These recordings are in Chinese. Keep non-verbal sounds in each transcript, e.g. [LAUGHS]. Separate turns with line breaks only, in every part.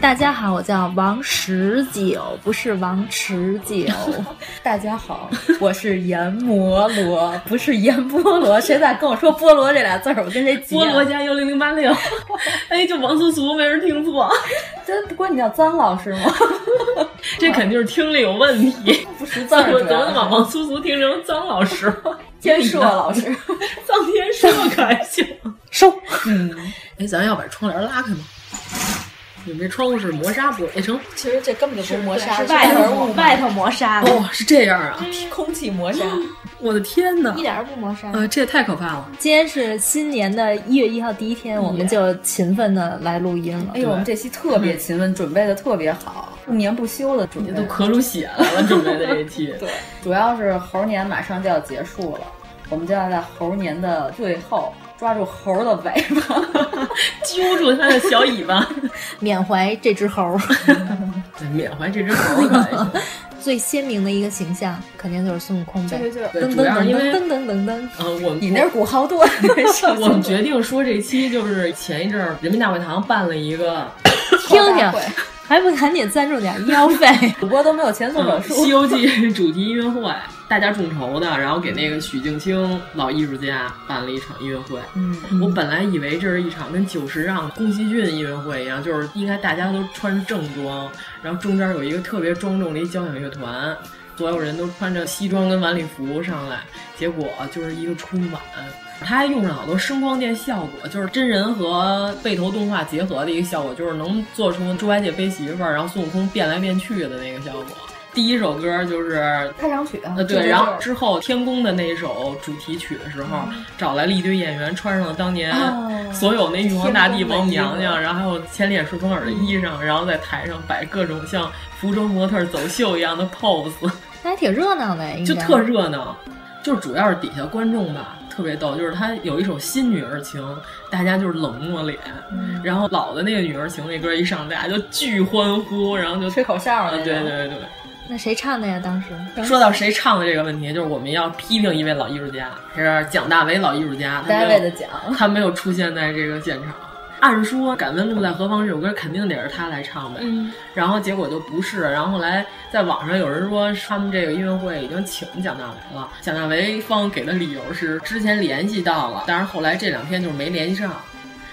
大家好，我叫王十九，不是王持久。
[LAUGHS] 大家好，我是阎摩罗，不是阎菠萝。谁在跟我说菠萝这俩字儿，我跟谁急、
啊。菠萝加幺零零
[LAUGHS]
八六，哎，就王苏苏，没人听错。啊
这不管你叫张老师吗？ [LAUGHS]
这肯定是听力有问 [LAUGHS] 题，
不识字儿。
我怎么把王苏苏听成张老师？
天硕
[LAUGHS]
老师，
臧天硕可还行？
收。嗯，
哎，咱要把窗帘拉开吗？你们这窗户是磨砂玻璃成？
其实这根本就不磨砂，
是外头外头磨砂的。
哦，是这样啊，
[LAUGHS] 空气磨
啊
砂。
我的天哪，
一点儿不磨砂。
呃，这也太可怕了。
今天是新年的一月一号第一天，我们就勤奋的来录音了。嗯
哎呦，我们这期特别勤奋，准备的特别好，不眠不休的准备，
都咳出血来了，准备的这期。
对，主要是猴年马上就要结束了，我们就要在猴年的最后。抓住猴的尾巴，
揪住它的小尾巴，
[LAUGHS] 缅怀这只猴。
对，缅怀这只猴。
[LAUGHS] 最鲜明的一个形象，肯定就是孙悟空呗。
对对
对，主要因为
噔噔噔噔。
呃， [LAUGHS] 我
你那是古豪段。 [LAUGHS]
我们决定说这期就是前一阵儿人民大会堂办了一个，
听听，还不赶紧赞助点医药费？
[LAUGHS] 主播都没有钱做手术。
《呃西游记》 [LAUGHS] 主题音乐会。大家众筹的，然后给那个许镜清老艺术家办了一场音乐会。
嗯，嗯
我本来以为这是一场跟久石让、宫崎骏音乐会一样，就是应该大家都穿着正装，然后中间有一个特别庄重的一交响乐团，所有人都穿着西装跟晚礼服上来，结果呃就是一个春晚。它还用上好多声光电效果，就是真人和背头动画结合的一个效果，就是能做出猪八戒背媳妇儿，然后孙悟空变来变去的那个效果。第一首歌就是
开场曲啊，
呃对，然后之后天宫的那首主题曲的时候，
嗯
找来了一堆演员，穿上了当年
哦
所有那玉皇大帝、王母娘娘，然后还有千里眼、顺风耳的衣
嗯
裳，然后在台上摆各种像服装模特走秀一样的 pose，
还挺热闹
[LAUGHS]
的，
就特热闹，就是主要是底下观众吧。特别逗，就是他有一首新女儿情，大家就是冷漠脸，嗯、然后老的那个女儿情那歌一上，大家就巨欢呼，然后就
吹口哨
了。呃对对对。
那谁唱的呀？当时
说到谁唱的这个问题，就是我们要批评一位老艺术家，是蒋大为老艺术家，
大卫的蒋，
他没有出现在这个现场。按说《敢问路在何方》这首歌肯定得是他来唱呗，
嗯、
然后结果就不是。然后后来在网上有人说，他们这个音乐会已经请蒋大为了，蒋大为方给的理由是之前联系到了，但是后来这两天就是没联系上。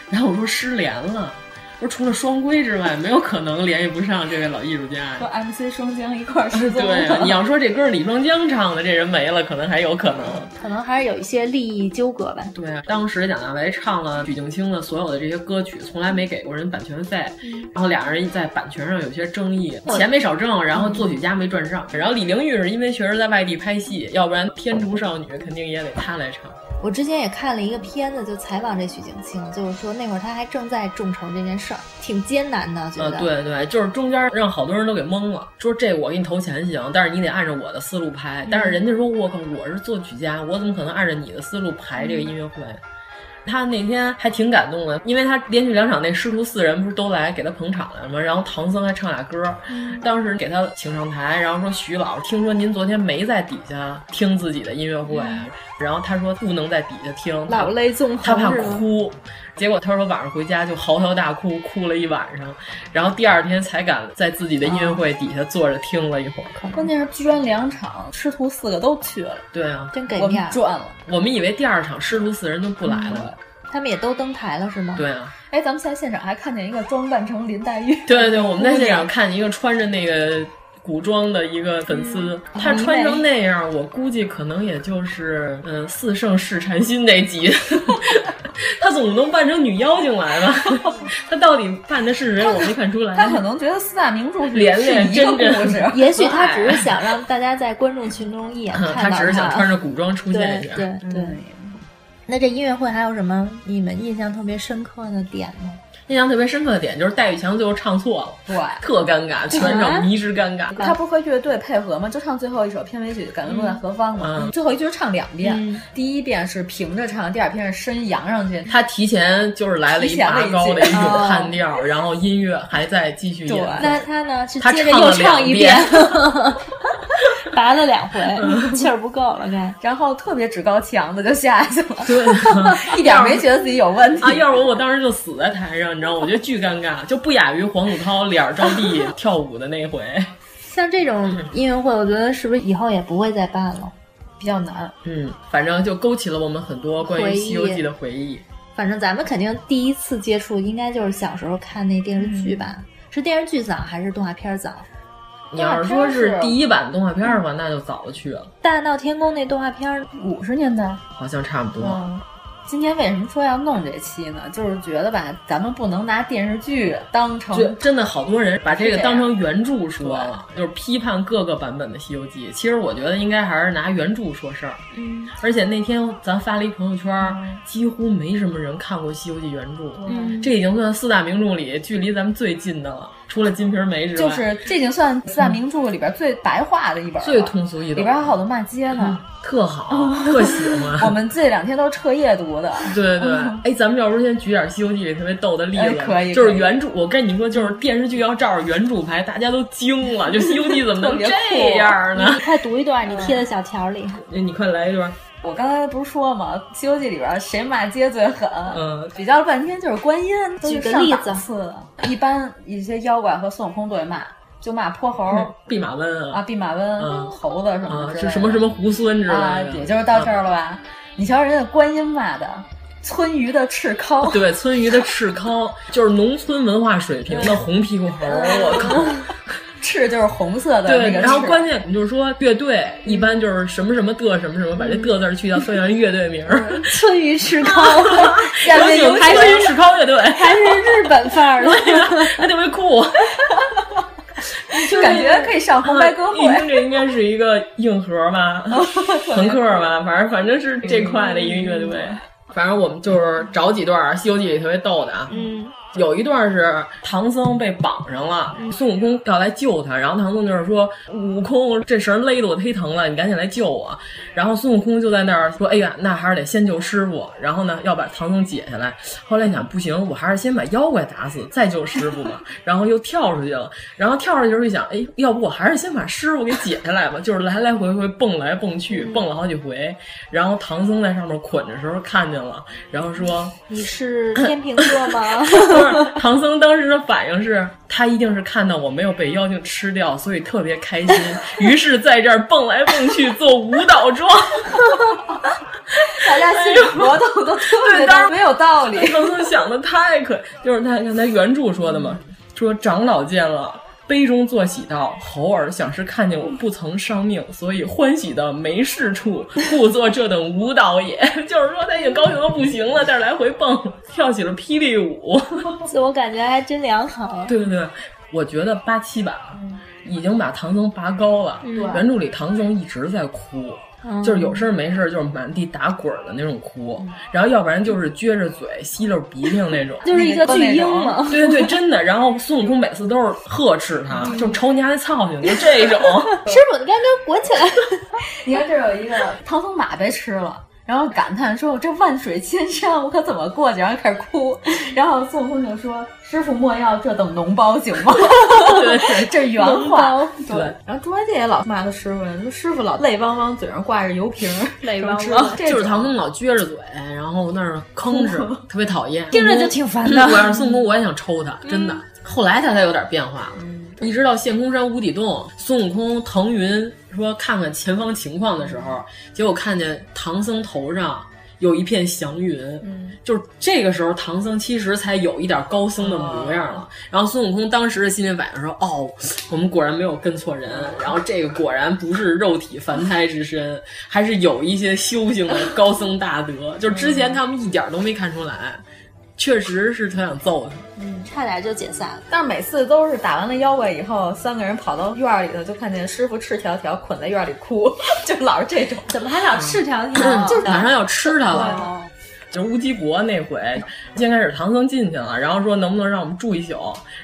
然后我说失联了，我说除了双规之外，没有可能联系不上这位老艺术家。
和 MC 双江一块失踪
了。 [LAUGHS] 对，你要说这歌李双江唱的，这人没了，可能还有可能。
可能还是有一些利益纠葛吧。
对，啊当时蒋大为唱了许镜清的所有的这些歌曲，从来没给过人版权费，嗯、哦然后俩人在版权上有些争议，钱没少挣，然后作曲家没赚上，然后李玲玉是因为确实在外地拍戏，要不然《天竺少女》肯定也得她来唱。
我之前也看了一个片子，就采访这许镜清，就是说那会儿他还正在众筹这件事儿，挺艰难的，觉得。
呃，对对，就是中间让好多人都给蒙了，说这我给你投钱行，但是你得按照我的思路拍。但是人家说，我靠，我是作曲家，我怎么可能按照你的思路排这个音乐会？他那天还挺感动的，因为他连续两场那师徒四人不是都来给他捧场来了吗？然后唐僧还唱俩歌，当时给他请上台，然后说徐老，听说您昨天没在底下听自己的音乐会，啊然后他说不能在底下听，
老泪纵
他
横
怕
是吗？
哭，结果他说晚上回家就嚎啕大哭，哭了一晚上，然后第二天才敢在自己的音乐会底下坐着听了一会儿。
关键是居然两场师徒四个都去了，
对啊，
真给
我
面
们
儿，
赚了。
我们以为第二场师徒四人就不来了。
他们也都登台了是吗？
对啊，
哎，咱们现在现场还看见一个装扮成林黛玉，
对对对，我们在现场看一个穿着那个古装的一个粉丝，他穿成那样，我估计可能也就是嗯四圣试禅心那集，他总不能扮成女妖精来吧？他到底扮的是谁，我没看出来。
他可能觉得四大名著是
连连
是一个
真真
故
[LAUGHS]
事，
也
[LAUGHS]
许他只是想让大家在观众群中一眼
嗯
看
他
到
只是想穿
着
着古装出现一
对
下。
对对。
嗯
那这音乐会还有什么你们印象特别深刻的点吗？
印象特别深刻的点就是戴玉强最后唱错了，
对。
特尴尬，全场迷之尴尬。
他不是和乐队配合吗？就唱最后一首片尾曲《敢问路在何方》嘛、
嗯
最后一句唱两遍、第一遍是平着唱，第二遍是伸扬上去。
他提前就是来了一拔高的一种叹调，然后音乐还在继续演。
哦那他呢是
他
接着
唱了
又唱一遍
两，
[LAUGHS] 拔了两回，气儿不够了该。
嗯然后特别趾高气扬的就下去了，
对
[LAUGHS] 一点没觉得自己有问题。
哎
啊，要是我，我当时就死在台上，你知道吗，我觉得巨尴尬，就不亚于黄子韬脸儿着地
[LAUGHS]
跳舞的那回。
像这种音乐会，我觉得是不是以后也不会再办了？
比较难，
嗯，反正就勾起了我们很多关于《
回忆
西游记》的回忆。
反正咱们肯定第一次接触，应该就是小时候看那电视剧
嗯
吧？是电视剧早还是动画片早？
你要是说是第一版动画片儿吧，那就早去了，
大闹天宫那动画片儿，
五十年代。
好像差不多。
哦
嗯，今天为什么说要弄这期呢？就是觉得吧，咱们不能拿电视剧当成
就真的好多人把这个
是这样
当成原著说了，就是批判各个版本的《西游记》。其实我觉得应该还是拿原著说事儿。嗯，而且那天咱发了一朋友圈，几乎没什么人看过《西游记》原著。
嗯
这已经算四大名著里距离咱们最近的了，除了《金瓶梅》之
就
外，
是这已经算四大名著里边最白话的一本了，
最通俗易
里
懂，
边还有好多哦骂街呢。
特好，特喜
我 [LAUGHS]
欢。
们这两天都是彻夜读的，
对对，哎，咱们要不先举点《西游记》里特别逗的例子？
嗯哎可以
就是
可以
原著。我跟你说，就是电视剧要照着原著拍，大家都惊了，就《西游记》怎么能
特别酷嗯
这样 [LAUGHS] 呢？哎
你快读一段，你贴在小条里。
你快来一段。
我刚才不是说嘛，《西游记》里边谁骂街最狠？
嗯，
比较了半天就是观音，都
举
是
个
上
例
档
子
次的。
啊
一般一些妖怪和孙悟空对骂，就骂泼猴、
弼马温
啊、
啊，
弼马温、
嗯
猴子什么
啊，
之类
就
的
什么什么猢狲之类
啊
的，，
也就是到这儿了吧？你瞧人家观音骂的，村鱼的赤尻，
对，村鱼的赤尻就是农村文化水平的红屁股猴儿，我靠！
[LAUGHS] 赤就是红色的
对，
那个
然后
赤
关键就是说乐队一般就是什么什么的什么什么，把这的字儿去掉，算成乐队名
嗯
儿。
[LAUGHS] 春雨吃高，
然
下
后
面有
[LAUGHS] 有还是赤尻乐队，
还是日本范儿的。
[LAUGHS] 还特别酷。
感觉可以上红白歌
一
会。
听这嗯应该是一个硬核吧，朋克吧，反正反正是这块的一个乐队。反正我们就是找几段儿《西游记》里特别逗的啊，
嗯，
有一段是唐僧被绑上了，孙悟空要来救他，然后唐僧就是说：“悟空，这绳勒得我忒疼了，你赶紧来救我。”然后孙悟空就在那儿说：“哎呀，那还是得先救师傅。”然后呢，要把唐僧解下来。后来想不行，我还是先把妖怪打死，再救师傅吧。然后又跳出去了，然后跳出去时候一想，哎，要不我还是先把师傅给解下来吧，就是来来回回蹦来蹦去，蹦了好几回。然后唐僧在上面捆的时候看见了，然后说。
你是天秤座 [LAUGHS] 吗？
不是，唐僧当时的反应是他一定是看到我没有被妖精吃掉，所以特别开心，于是在这儿蹦来蹦去做舞蹈妆。
大家心理活动都特别的没有道理。
唐僧想的太可，就是他看他原著说的嘛，说长老见了。杯中坐喜道，猴儿想是看见我不曾伤命，所以欢喜的没事处，故作这等舞蹈也。 [LAUGHS] 就是说他已经高兴的不行了，但是来回蹦，跳起了霹雳舞。 [LAUGHS]
自我感觉还真良好。。
对对对，我觉得八七版已经把唐僧拔高了。原著里唐僧一直在哭，就是有事儿没事儿就是满地打滚儿的那种哭，然后要不然就是撅着嘴、吸溜鼻涕那种
就是一个巨婴
[LAUGHS]
嘛，
对对对，真的。然后孙悟空每次都是呵斥他，
嗯
就瞅你丫那操性，就
[LAUGHS]
这种。
师傅，你该给我滚起来！
你看这儿有一个唐僧马被吃了，然后感叹说：“我这万水千山，我可怎么过去？”然后开始哭。然后孙悟空就说：“师傅莫要这等脓包行吗？”这是原话。对。然后猪八戒也老骂他师傅呢，说师傅老泪汪汪，嘴上挂着油瓶儿，
泪汪
什么
汪，
之类的这
就是
种
唐僧老撅着嘴，然后那儿吭哧，特别讨厌，
嗯
嗯
听着就挺烦
我
的。嗯
要是孙悟空，我也想抽他，真的。后来他才有点变化了，一直到陷空山无底洞，孙悟空腾云说看看前方情况的时候，结果看见唐僧头上。有一片祥云，就是这个时候，唐僧其实才有一点高僧的模样了。然后孙悟空当时的心理反应说：“哦，我们果然没有跟错人，然后这个果然不是肉体凡胎之身，还是有一些修行的高僧大德。就之前他们一点都没看出来，确实是特想揍他。
差点就解散了。
但是每次都是打完了妖怪以后，三个人跑到院儿里头，就看见师傅赤条条捆在院儿里哭， [LAUGHS] 就老是这种。
怎么还老赤条
嗯
条？
嗯
哦
就是马上要嗯吃他了。就是乌鸡国那回，先开始唐僧进去了，然后说能不能让我们住一宿，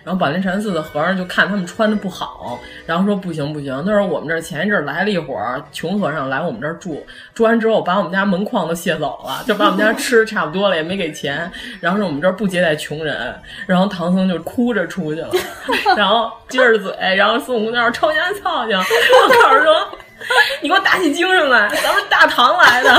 然后宝莲禅寺的和尚就看他们穿的不好，然后说不行不行，那是我们这儿前一阵儿来了一伙儿穷和尚来我们这儿住，住完之后把我们家门框都卸走了，就把我们家吃差不多了也没给钱，然后说我们这儿不接待穷人，然后唐僧就哭着出去了， [LAUGHS] 然后撅着嘴，然后孙悟空在那儿抄家操去，我告诉说。你给我打起精神来，咱们是大唐来的，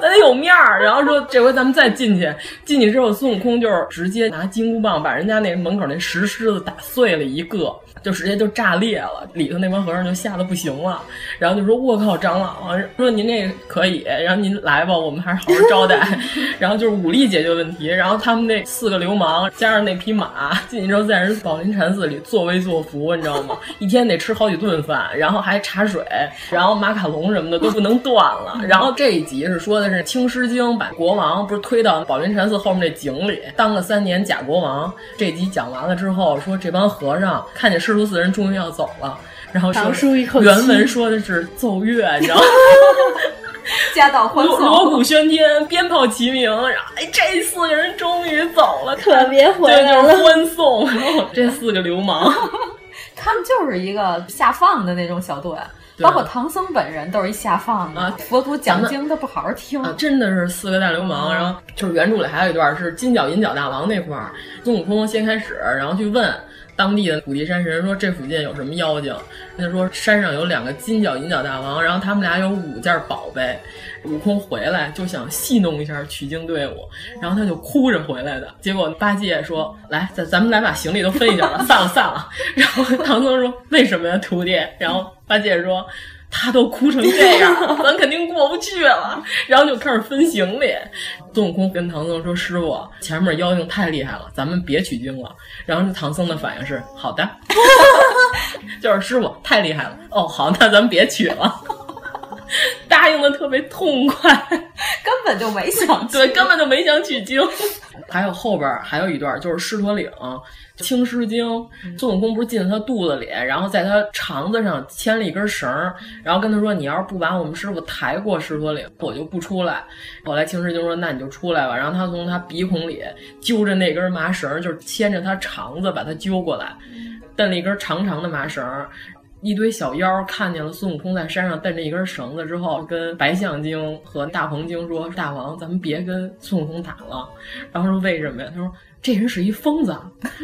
咱得有面儿。然后说这回咱们再进去，进去之后，孙悟空就是直接拿金箍棒把人家那门口那石狮子打碎了一个，就直接就炸裂了。里头那帮和尚就吓得不行了，然后就说：“我靠，长老啊，说您这可以，然后您来吧，我们还是好好招待。”然后就是武力解决问题。然后他们那四个流氓加上那匹马进去之后，在人宝林禅寺里作威作福，你知道吗？一天得吃好几顿饭，然后还茶水，然后马卡龙什么的都不能断了。然后这一集是说的是《青狮经》把国王不是推到宝林禅寺后面那井里当了三年假国王。这集讲完了之后，说这帮和尚看见师徒四人终于要走了。然后说
长舒一口气
原文说的是奏乐，你知
[LAUGHS]
道吗？
家道欢
锣锣
送，
鼓喧天，鞭炮齐鸣，然后哎，这四个人终于走了，
可别回来了
对，就是欢
[LAUGHS]
送。然后这四个流氓，
他们就是一个下放的那种小队，
对
包括唐僧本人都是一下放的。
啊
佛祖讲经他不好好听，
啊，真的是四个大流氓。
嗯
然后就是原著里还有一段是金角银角大王那块儿，孙悟空先开始，然后去问当地的土地山神说这附近有什么妖精，他就说山上有两个金角银角大王，然后他们俩有五件宝贝。悟空回来就想戏弄一下取经队伍，然后他就哭着回来的。结果八戒说：“来，咱咱们来把行李都分一下吧，散了散了。”然后唐僧说：“为什么呀，徒弟？”然后八戒说。他都哭成这样了，咱肯定过不去了。然后就开始分行李。孙悟空跟唐僧说：“师傅，前面妖精太厉害了，咱们别取经了。”然后唐僧的反应是：“好的。”就是师傅太厉害了，哦，好，那咱们别取了。 [LAUGHS] 答应的特别痛快。
根本就没想
对，根本就没想取经。还有后边儿还有一段儿就是狮驼岭青狮精，孙悟空不是进他肚子里，然后在他肠子上牵了一根绳儿，然后跟他说：“你要是不把我们师傅抬过狮驼岭，我就不出来。”后来青狮精说：“那你就出来吧。”然后他从他鼻孔里揪着那根麻绳儿，就是牵着他肠子把他揪过来，蹬了一根长长的麻绳儿。一堆小妖儿看见了孙悟空在山上蹬着一根绳子之后，跟白象精和大鹏精说：“大王，咱们别跟孙悟空打了。”然后说：“为什么呀？”他说：“这人是一疯子，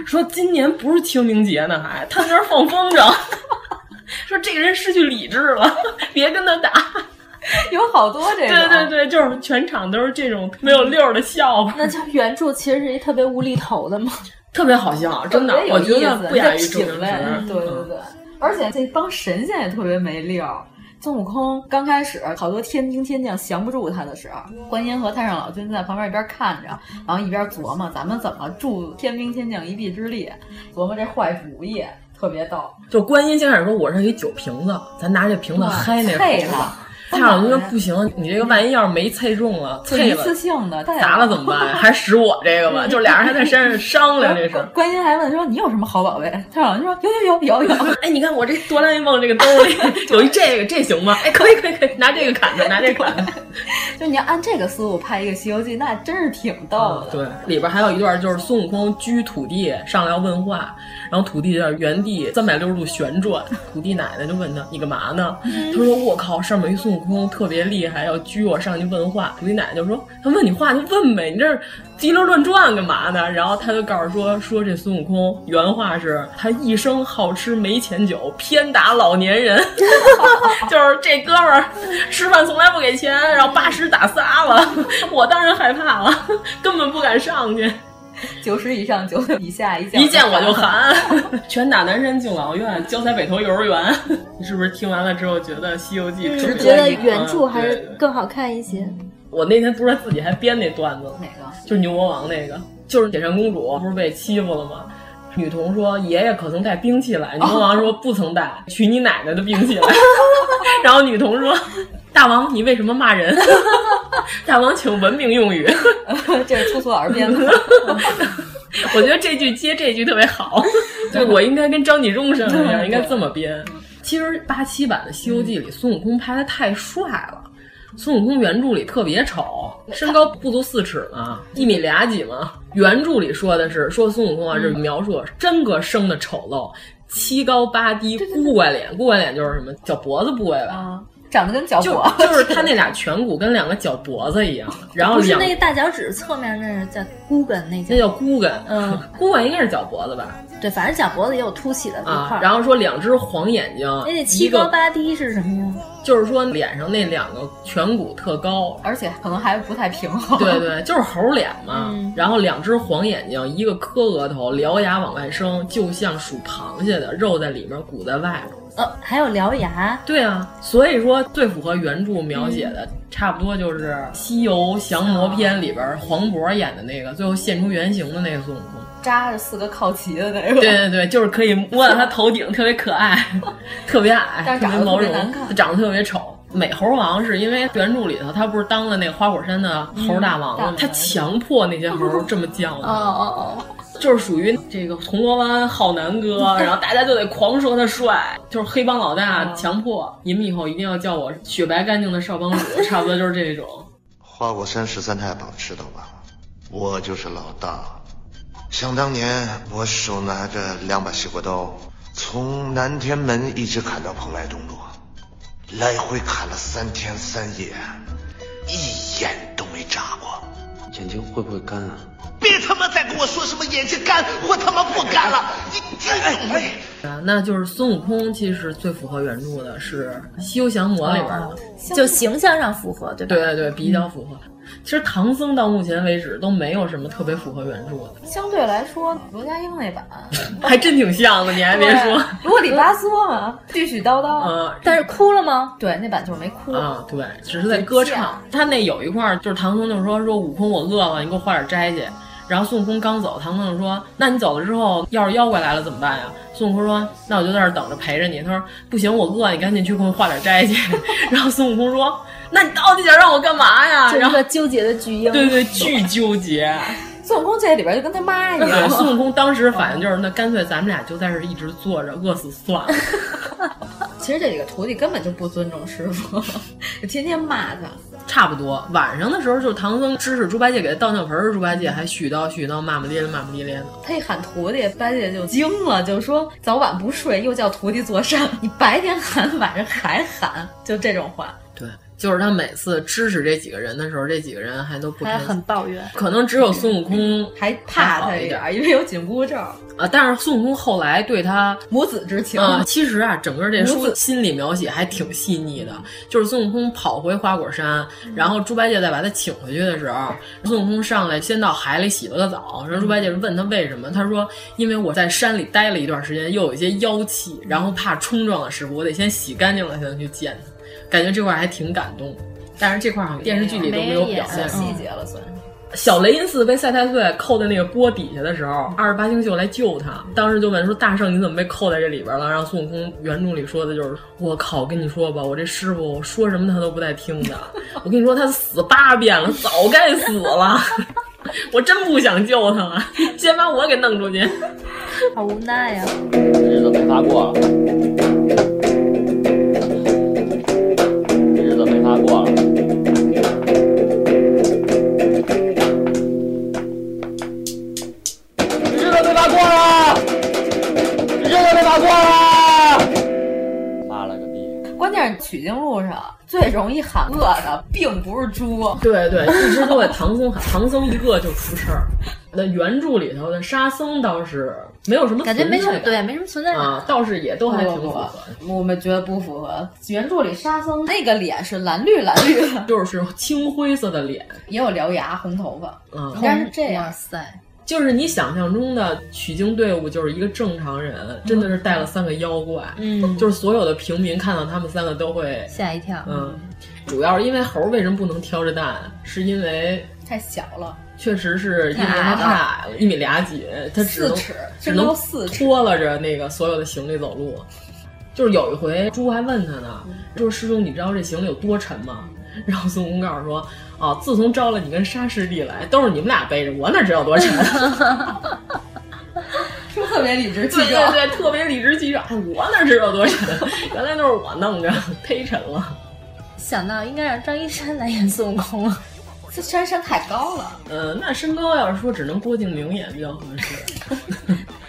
说今年不是清明节呢，还他在那儿放风筝。 [LAUGHS] 说这个人失去理智了，别跟他打。
[LAUGHS] 有好多这
对
种。
对对，就是全场都是这种没有溜儿的笑话，
那叫原著其实是一特别无厘头的嘛。
特别好笑，真的
特别，有
我觉
意
得
思
不亚于
这
周
品
星驰嗯
味。对对对，而且这帮神仙也特别没溜儿。孙悟空刚开始，好多天兵天将降不住他的时候，观音和太上老君在旁边一边看着，然后一边琢磨咱们怎么助天兵天将一臂之力，琢磨这坏主意，特别逗。
就观音先开始说：“我这是一酒瓶子，咱拿这瓶子嗨那
配
猴子。
了，
太上老君说不行，你这个万一要是没猜中了，
就
脆
一
了
次性的太
砸了怎么办呀？还使我这个吧？就俩人还在山上商量这事儿。 [LAUGHS]
观音还问说：“你有什么好宝贝？”太上老君说：“有有有有有。 [LAUGHS]
哎，你看我这哆 [LAUGHS] 啦 A 梦这个兜里有一这个，这行吗？哎，可以可以可以，拿这个砍他，拿这个砍他。”
就你要按这个思路拍一个《西游记》，那真是挺逗
啊
的。
对，里边还有一段就是孙悟空居土地上来要问话，然后土地在原地三百六十度旋转，土地奶奶就问他你干嘛呢？他说我靠，上面一孙悟空特别厉害，要拘我上去问话。土地奶奶就说他问你话就问呗，你这儿叽溜乱转干嘛呢？然后他就告诉说说这孙悟空原话是他一生好吃没钱酒，偏打老年人， [LAUGHS] 就是这哥们儿吃饭从来不给钱，然后八十打仨了，我当然害怕了，根本不敢上 [LAUGHS] 去。
九十以上，九九以下，一
嗯一见我就寒， [LAUGHS] 拳打南山敬老院， [LAUGHS] 教材北头幼儿园。你是不是听完了之后觉得《西游记》值
觉得原著还
是
是更好看一些。
我那天不是自己还编那段子吗？
哪个？
就是牛魔王那个，就是铁扇公主不是被欺负了吗？女童说：“爷爷可曾带兵器来？”牛魔王说：“不曾 [LAUGHS] 带，取你奶奶的兵器来。” [LAUGHS] 然后女童说：“大王，你为什么骂人？” [LAUGHS] 大王，请文明用语。
[LAUGHS] 这是出错老师编的。
嗯我觉得这句接这句特别
[LAUGHS]
好，就我应该跟张纪中生一样，应该这么编。其实八七版的《西游记》里，孙悟空拍的太帅了。孙悟空原著里特别丑，身高不足四尺嘛，一米俩几嘛。原著里说的是说孙悟空啊，这
嗯
描述真个生的丑陋，七高八低，孤拐脸，孤拐脸就是什么脚脖子部位
哦
吧，
啊，长得跟脚
就
跛，，
就是他那俩颧骨跟两个脚脖子一样，然后
不是
两
那个大脚趾侧面那是叫骨梗那
那
叫，
叫孤根，
嗯，
孤根应该是脚脖子吧？
对，反正脚脖子也有凸起的这块
啊
儿。，
然后说两只黄眼睛，
那那
一
七
个
高八低是什么呀？
就是说脸上那两个颧骨特
[LAUGHS]
高
而且可能还不太平衡。
对对，就是猴脸嘛。
嗯
然后两只黄眼睛，一个磕额头，獠牙往外生，就像数螃蟹的，肉在里面，骨在外面。
呃，还有獠牙，
对啊，所以说最符合原著描写的，
嗯
差不多就是《西游降魔篇》里边黄渤演的那个，最后现出原形的那个孙悟空。
扎着四个靠齐的那个。
对对对，就是可以摸到他头顶，特别可
[LAUGHS]
爱，特别矮，
但是
特别
长得
毛
特别
绒
难，看
长得特别丑。美猴王是因为原著里头他不是当了那个花果山的猴大王
嗯大
吗？
王
他强迫那些猴儿这么叫
[LAUGHS]
的，
哦
就是属于这个铜锣湾浩南哥，
[LAUGHS]
然后大家就得狂说他帅，就是黑帮老大
哦
强迫你们以后一定要叫我雪白干净的少帮主，差不多就是这种。 [LAUGHS]
花果山十三太保知道吧？我就是老大。想当年，我手拿着两把西瓜刀，从南天门一直砍到蓬莱东路，来回砍了三天三夜，一眼都没眨过。
眼睛会不会干啊？
别他妈再跟我说什么眼睛干或他妈不干了，你
哎
这种类。
啊，那就是孙悟空，其实最符合原著的是《西游降魔》里边的。
哦，就形象上符合，对吧？
对对对，比较符合。其实唐僧到目前为止都没有什么特别符合原著的，
相对来说，罗家英那版，
还真挺像的，你还别说。
如果里巴嗦嘛，絮絮叨叨，
嗯
但是哭了吗？
对，那版就是没哭。
啊，对，只是在歌唱。他那有一块儿就是唐僧就说说悟空我饿了，你给我化点斋去。然后孙悟空刚走，唐僧就说：“那你走了之后，要是妖怪来了怎么办呀？”孙悟空说：“那我就在这儿等着陪着你。”他说：“不行，我饿，你赶紧去给我化点斋去。”然后孙悟空说：“那你到底想让我干嘛呀？”
就
然
一
后
个纠结的巨婴，
对对，巨纠结。
孙悟空这里边就跟他 [LAUGHS] 妈一
对，
样，
孙悟空当时反应就是，那干脆咱们俩就在这儿一直坐着，饿死算了。
其实这几个徒弟根本就不尊重师傅，就天天骂他。
差不多，晚上的时候就是唐僧指使猪八戒给他倒尿盆儿，猪八戒还絮叨絮叨，骂骂咧咧，骂骂咧咧的。
他一喊徒弟，八戒就惊了，就说早晚不睡，又叫徒弟做甚？你白天喊，晚上还喊，就这种话。
对，就是他每次支使这几个人的时候，这几个人还都不
还
开
很
心。
抱怨。
可能只有孙悟空
嗯还怕他一点儿，因为有紧箍咒，
啊，但是孙悟空后来对他
母子之情。
啊，其实啊，整个这
母
书
子
心理描写还挺细腻的。就是孙悟空跑回花果山，
嗯
然后猪八戒再把他请回去的时候，孙悟空上来先到海里洗了个澡，然后猪八戒
嗯
问他为什么，他说因为我在山里待了一段时间，又有一些妖气，然后
嗯
怕冲撞了师傅，我得先洗干净了才能去见他。感觉这块儿还挺感动，但是这块儿好像电视剧里都没有表现。
细节了，算是。
小雷音寺被赛太岁扣在那个钵底下的时候，二十八星宿来救他，当时就问说：“大圣，你怎么被扣在这里边了？”然后孙悟空原著里说的就是：“我靠，我跟你说吧，我这师傅说什么他都不带听的。 [LAUGHS] 我跟你说，他死八遍了，早该死了。 [LAUGHS] 我真不想救他了， [LAUGHS] 先把我给弄出去。”
好无奈呀、
日子没法过了，日子没法过了，
容易喊饿的并不是猪，
[LAUGHS] 对对，一直都在唐僧喊，唐僧一个就出事儿。那原著里头的沙僧倒是没有什么
感觉没什
存
么
在
对，哦
感
没什么存在感。
啊，倒是也都还挺符合。
哎我们觉得不符合。原著里沙僧那个脸是蓝绿蓝绿的， [LAUGHS]
就是青灰色的脸，
也有獠牙、红头发，
嗯
应，该是这
哇
样。
塞，
就是你想象中的取经队伍，就是一个正常人，真的是带了三个妖怪，
嗯，
就是所有的平民看到他们三个都会，
吓一跳。
嗯，主要是因为猴儿为什么不能挑着担，是因为
太小了，
确实是因为
太矮
它
了
太矮了，一米俩几，它只
四
能
尺，
只
身
能
高四尺。
拖拉着那个所有的行李走路。就是有一回，猪还问他呢，
嗯
说师兄，你知道这行李有多沉吗？ [LAUGHS] 然后孙悟空告诉说，啊，自从招了你跟沙师弟来，都是你们俩背着，我哪知道
[LAUGHS]
多沉？ [LAUGHS]
是不是特别理直气
对对
壮？
对，特别理直气壮，哎我哪知道多沉？ [LAUGHS] 原来都是我弄着，忒沉了。
想到应该让张一山来演孙悟空 [LAUGHS] 了，
这山山太高了，
呃，那身高要是说只能郭敬明演比较合适。 [LAUGHS]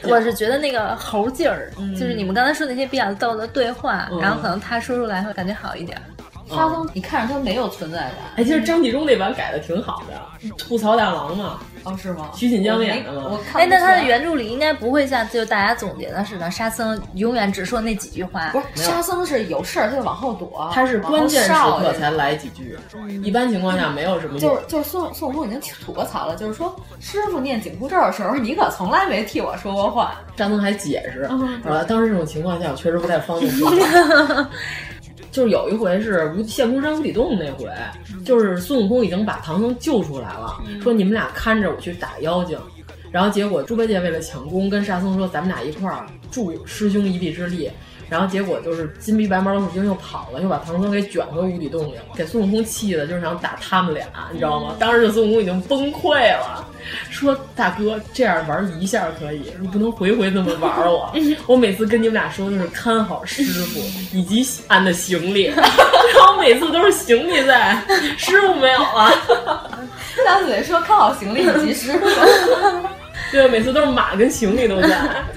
我是觉得那个猴劲儿，
嗯
就是你们刚才说那些比较逗的对话，
嗯
然后可能他说出来会感觉好一点。
沙僧你看着他没有存在感。
哎，其实张纪中那版改的挺好的，吐槽大王嘛，
哦，是吗？
徐锦江嗯演的嘛
我没我看
哎，
不
那
出
他的
来
原著里应该不会像就大家总结的似的，沙僧永远只说那几句话
不。是沙僧是有事儿他就往后躲，
他是
往后
关键时
稍
刻
着
才来几句，一般情况下没有什么用。
就是就是孙孙悟空已经吐过槽了，就是说师傅念紧箍咒的时候，你可从来没替我说过话。
张能还解释，啊，当时这种情况下，我确实不太方便说话。就是有一回是无陷空山无底洞那回，就是孙悟空已经把唐僧救出来了，说你们俩看着我去打妖精，然后结果猪八戒为了抢功跟沙僧说咱们俩一块儿助师兄一臂之力，然后结果就是金臂白毛老虎精又跑了，又把唐僧给卷回无底洞里了，给孙悟空气的就是想打他们俩，你知道吗？当时孙悟空已经崩溃了，说大哥这样玩一下可以，你不能回回这么玩我。我每次跟你们俩说的是看好师傅以及俺的行李，然后每次都是行李在，师傅没有啊了。
张嘴说看好行李以及师傅，
对，每次都是马跟行李都在，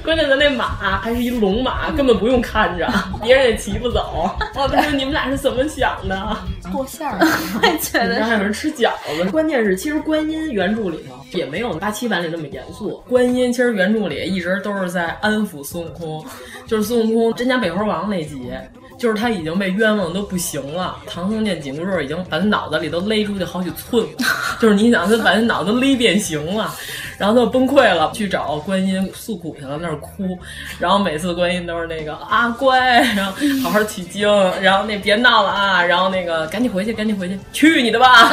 关键咱那马还是一龙马，根本不用看着，别人也骑不走。我说 [LAUGHS] 你们俩是怎么想的？
剁馅儿。
觉
你们
得
还有人吃饺子。 [LAUGHS] 关键是，其实观音原著里头也没有八七版里那么严肃。观音其实原著里一直都是在安抚孙悟空，就是孙悟空真假北猴王那集。就是他已经被冤枉都不行了，唐僧念紧箍咒已经把他脑子里都勒出去好几寸了， [LAUGHS] 就是你想他把他脑子勒变形了，然后他就崩溃了，去找观音诉苦去了，那儿哭，然后每次观音都是那个啊乖，然后好好取经，然后那别闹了啊，然后那个赶紧回去，赶紧回去，去你的吧，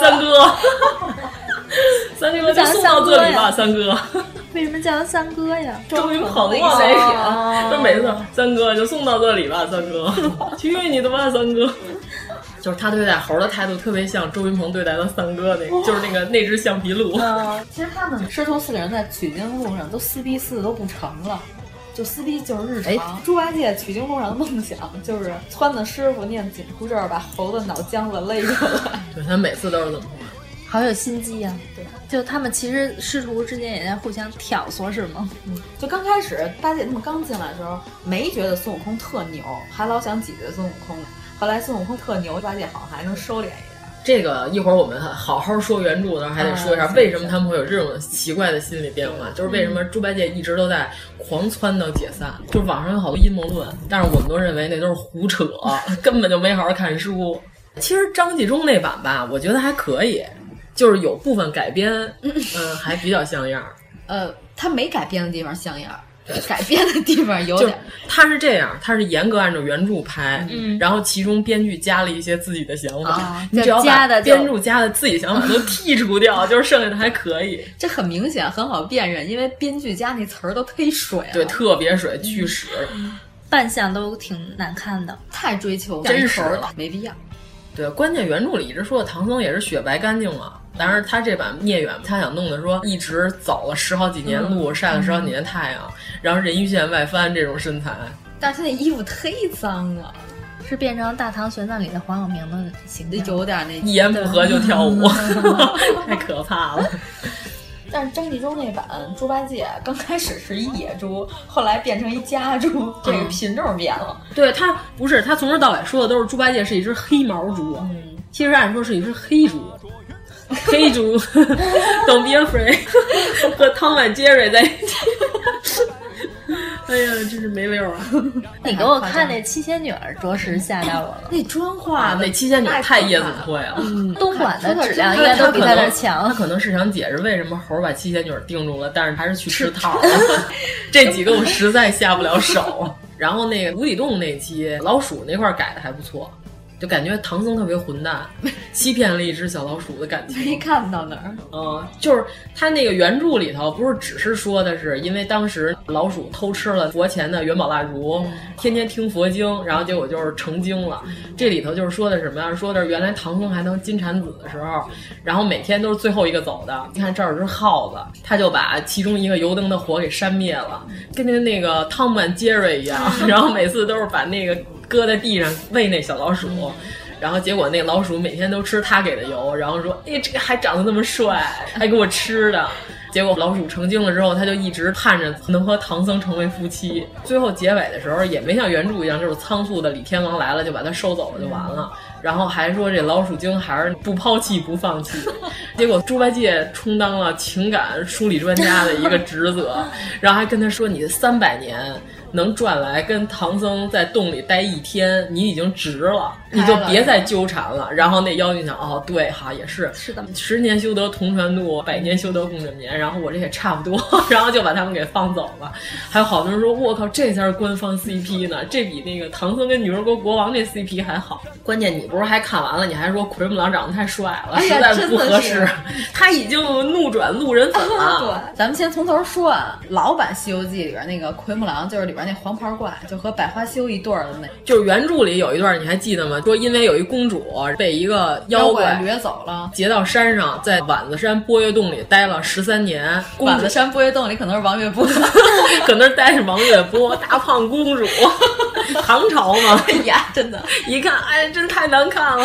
三哥，三哥就送到这里吧，三哥，
为什么叫他三哥呀？
周云鹏啊，那是，就每次三哥就送到这里吧，三哥，去你的吧，三哥。就是他对待猴的态度特别像周云鹏对待他三哥那，就是那个那只橡皮鹿。
其实他们师徒四个人在取经路上都撕逼撕的都不成了。就撕逼就是日常。猪八戒取经路上的梦想就是撺掇师傅念紧箍咒，把猴子脑浆子勒出来。
对他每次都是这么回事
好有心机
啊
呀、对，就他们其实师徒之间也在互相挑唆，是吗？
嗯就刚开始八戒他们刚进来的时候，没觉得孙悟空特牛，还老想挤兑孙悟空。后来孙悟空特牛，八戒好像还能收敛一点。
这个一会儿我们好好说原著的时候，还得说一下
嗯
为什么他们会有这种奇怪的心理变化，就是为什么猪八戒一直都在狂撺掇解散，就是网上有好多阴谋论，但是我们都认为那都是胡 [LAUGHS] 扯，根本就没好好看书。其实张纪中那版吧，我觉得还可以，就是有部分改 [LAUGHS] 编，嗯，还比较像样儿。
呃，他没改编的地方像样儿，改编的地方有 [LAUGHS]
就
点
是
儿。
他是这样，他是严格按照原著拍，然后其中编剧加了一些自己的想法，
啊
你
就
只要把
加的就
编著加的自己想法都剔除掉，就是剩下的还可以。
这很明显，很好辨认，因为编剧家那词儿都忒水了，
对，特别水，巨屎。
扮相都挺难看的。
太追求
真实
实
了，
没必要。
对，关键原著里一直说的唐僧也是雪白干净嘛，但是他这版聂远他想弄的说一直走了十好几年路，晒了十好几年太阳，然后人鱼线外翻这种身材，
但是他那衣服忒脏了，
是变成《大唐玄奘》里的黄晓明的形象，
有点那
一言不合就跳舞，太可怕了。
但是张纪中那版猪八戒刚开始是一野猪，后来变成一家猪，这个品种变了。
[LAUGHS] 对他不是他从头到尾说的都是猪八戒是一只黑毛猪，其实按说是一只黑猪。黑猪 [LAUGHS] ，Don't be afraid，和汤姆杰瑞在一起。 [LAUGHS] 哎呀，真是没溜儿啊！
你给我看那七仙女儿，着实吓到我 [LAUGHS] 了。
那妆化的
啊那七仙女太夜总会了。嗯
东莞的质量应
他
该
他
都比
可
在
能
那儿
他
强。
可能是想解释为什么猴儿把七仙女儿定住了，但是还是去吃套儿。 [LAUGHS] 这几个我实在下不了手。然后那个无底洞那期老鼠那块儿改的还不错，就感觉唐僧特别混蛋， [LAUGHS] 欺骗了一只小老鼠的感情。
没看到哪儿，
嗯，就是他那个原著里头不是只是说的是因为当时老鼠偷吃了佛前的元宝蜡烛，天天听佛经，然后结果就是成精了。这里头就是说的什么呀？说的是原来唐僧还当金蝉子的时候，然后每天都是最后一个走的。你看这儿有只耗子，他就把其中一个油灯的火给扇灭了，跟那那个汤姆曼杰瑞一样，然后每次都是把那个搁在地上喂那小老鼠。然后结果那老鼠每天都吃他给的油，然后说：“哎，这个还长得那么帅，还给我吃的。”结果老鼠成精了之后，他就一直盼着能和唐僧成为夫妻。最后结尾的时候，也没像原著一样，就是仓促的李天王来了就把他收走了就完了。然后还说这老鼠精还是不抛弃不放弃。 [LAUGHS] 结果猪八戒充当了情感梳理专家的一个职
[LAUGHS]
责，然后还跟他说：“你三百年。”能赚来跟唐僧在洞里待一天，你已经值了，你就别再纠缠了。然后那妖精想，哦，对哈，也是，
是的，
十年修得同船渡，百年修得共枕眠。然后我这也差不多， [LAUGHS] 然后就把他们给放走了。还有好多人说，我靠，这才是官方 CP 呢，这比那个唐僧跟女儿国国王这 CP 还好。关键你不是还看完了，你还说奎木狼长得太帅了，
哎
实
呀
在
真
不
的
合
是
适。 [LAUGHS] 他已经怒转路人粉了。
[LAUGHS] [LAUGHS] 对，啊咱们先从头说啊，老版《西游记》里边那个奎木狼就是里边那黄袍怪，就和百花羞一对儿的那
就是原著里有一段你还记得吗？说因为有一公主被一个妖
怪
怪
掠走了。
劫到山上，在碗子山波月洞里待了十三年，公
管
主
子山波月洞里可能是王月 [LAUGHS] 波，
[LAUGHS] 搁那儿待着王月波，大胖公主， [LAUGHS] 唐朝嘛，
哎呀，真的
[LAUGHS] 一看，哎，真太难看了。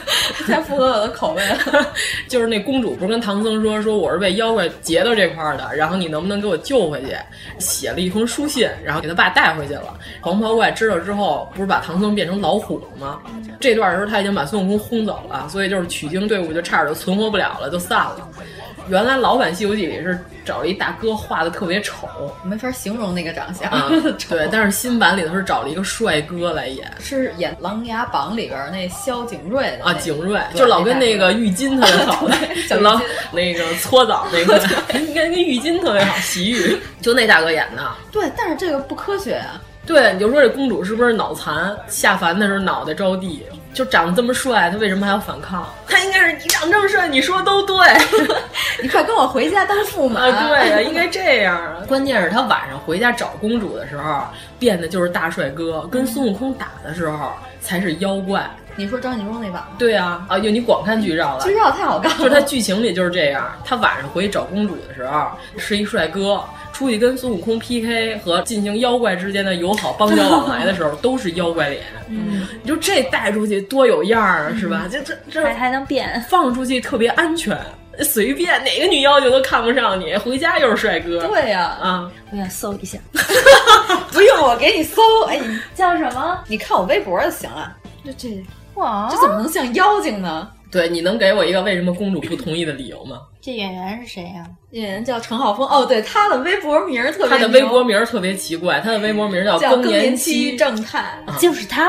[LAUGHS] 太符合我的口味了。
[LAUGHS] 就是那公主不是跟唐僧说，说我是被妖怪劫到这块儿的，然后你能不能给我救回去？写了一封书信，然后给他爸带回去了。黄袍怪知道之后，不是把唐僧变成老虎了吗？
嗯
这段的时候他已经把孙悟空轰走了，所以就是取经队伍就差点就存活不了了，就散了。原来老版《西游记》里是找了一大哥画的特别丑，
没法形容那个长相， [LAUGHS]
啊，对，但是新版里头是找了一个帅哥来演
是演《琅琊榜》里边那萧景睿的那
啊，
个
景睿，
对
就老跟那个郁金特别好
对，
[LAUGHS]
小郁金
就老那个搓澡那 [LAUGHS] 个，应该跟郁金特别好，洗浴，就那大哥演的。
对，但是这个不科学啊。
对，你就说这公主是不是脑残？下凡的时候脑袋着地，就长得这么帅，她为什么还要反抗？她应该是你长这么帅，你说都 [LAUGHS] 对
你快跟我回家当驸马！
啊，对呀、应该这样啊。关键是他晚上回家找公主的时候，变的就是大帅哥，跟孙悟空打的时候才是妖怪。
你说张纪中那版吗？
对啊，啊，就你光看剧照了
剧。照太好看了，
[LAUGHS] 就是他剧情里就是这样，他晚上回去找公主的时候是一帅哥，出去跟孙悟空 PK 和进行妖怪之间的友好邦交往来的时候都是妖怪脸。
[LAUGHS]
嗯，你说这带出去多有样儿啊，是
嗯
吧？这这这
还还能变，
放出去特别安全，随便哪个女妖精都看不上你，回家又是帅哥。
对呀、
啊，
我想搜一下。
[LAUGHS] 不用我给你搜，哎，你
叫什么？
你看我微博就行了。啊这这
哇
这，怎么能像妖精呢？
对，你能给我一个为什么公主不同意的理由吗？
这演员是谁呀？
演员叫陈浩峰，哦，对，他的微博名儿特别
她的
牛
微博名儿特别奇怪，她的微博名儿叫
叫
更
更年
期
期正太，
就是他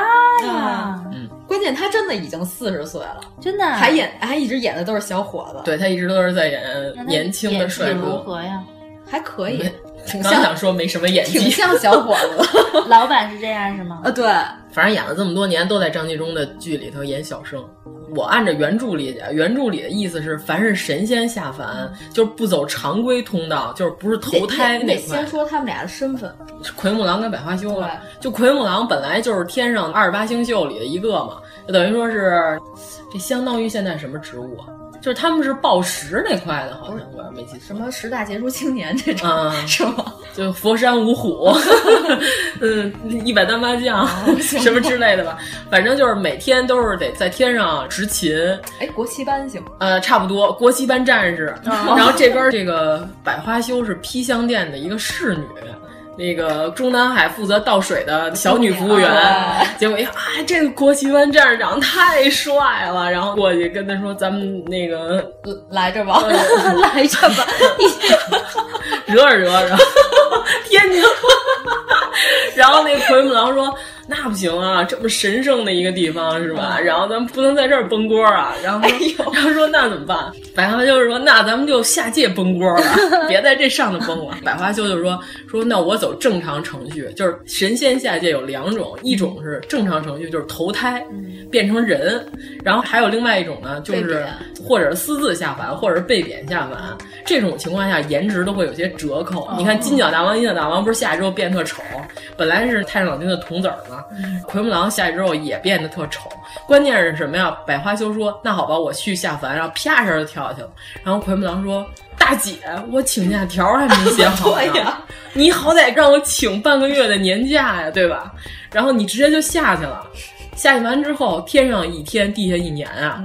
呀
啊，关键他真的已经四十岁了，
真的啊
还演还一直演的都是小伙子，，
对她一直都是在演
那
嗯
他
年轻的
演
帅
技如
哥，
何呀？
还可以， [LAUGHS] 挺
刚想
像
说没什么演
挺
技，
像小伙子的。
老板是这样是吗？
啊， [LAUGHS] 对，
反正演了这么多年都在张纪中的剧里头演小生。我按照原著理解，原著里的意思是，凡是神仙下凡，就是不走常规通道，就是不是投
你
胎
得
那
你得
块
先。说他们俩的身份，
奎木狼跟百花羞了。就奎木狼本来就是天上二十八星宿里的一个嘛，就等于说是这相当于现在什么植物啊？就是他们是报时那块的，好像没记错。
什么十大杰出青年这种、
嗯
是吗？
就佛山五虎， [LAUGHS] 嗯，一百单八将、什么之类的吧，反正就是每天都是得在天上执勤，
哎，国旗班行吗？
呃，差不多国旗班战士。然后这边儿这个百花羞是披香殿的一个侍女。那个中南海负责倒水的小女服务员，结果一看啊，这个国旗班战士长得太帅了，然后过去跟他说：“咱们那个
来着吧，
来着吧，
[LAUGHS] 惹着惹着， [LAUGHS] 天津。然后那奎木狼说：“那不行啊，这么神圣的一个地方是吧？然后咱们不能在这儿崩锅啊。”然后说，然后说那怎么办？百花就是说，那咱们就下界崩锅了， [LAUGHS] 别在这上头崩了。百花羞就说说那我走正常程序，就是神仙下界有两种，一种是正常程序，就是投胎变成人，然后还有另外一种呢，就是或者是私自下凡，或者是被贬下凡。这种情况下，颜值都会有些折扣。你看金角大王、银角大王不是下来之后变特丑，本来是太上老君的童子儿嘛，奎木狼下来之后也变得特丑。关键是什么呀？百花羞说：“那好吧，我去下凡。”然后啪一下就跳下去了。然后奎木狼说：“大姐，我请假条还没写好呢，你好歹让我请半个月的年假呀，对吧？”然后你直接就下去了。下去完之后，天上一天，地下一年啊。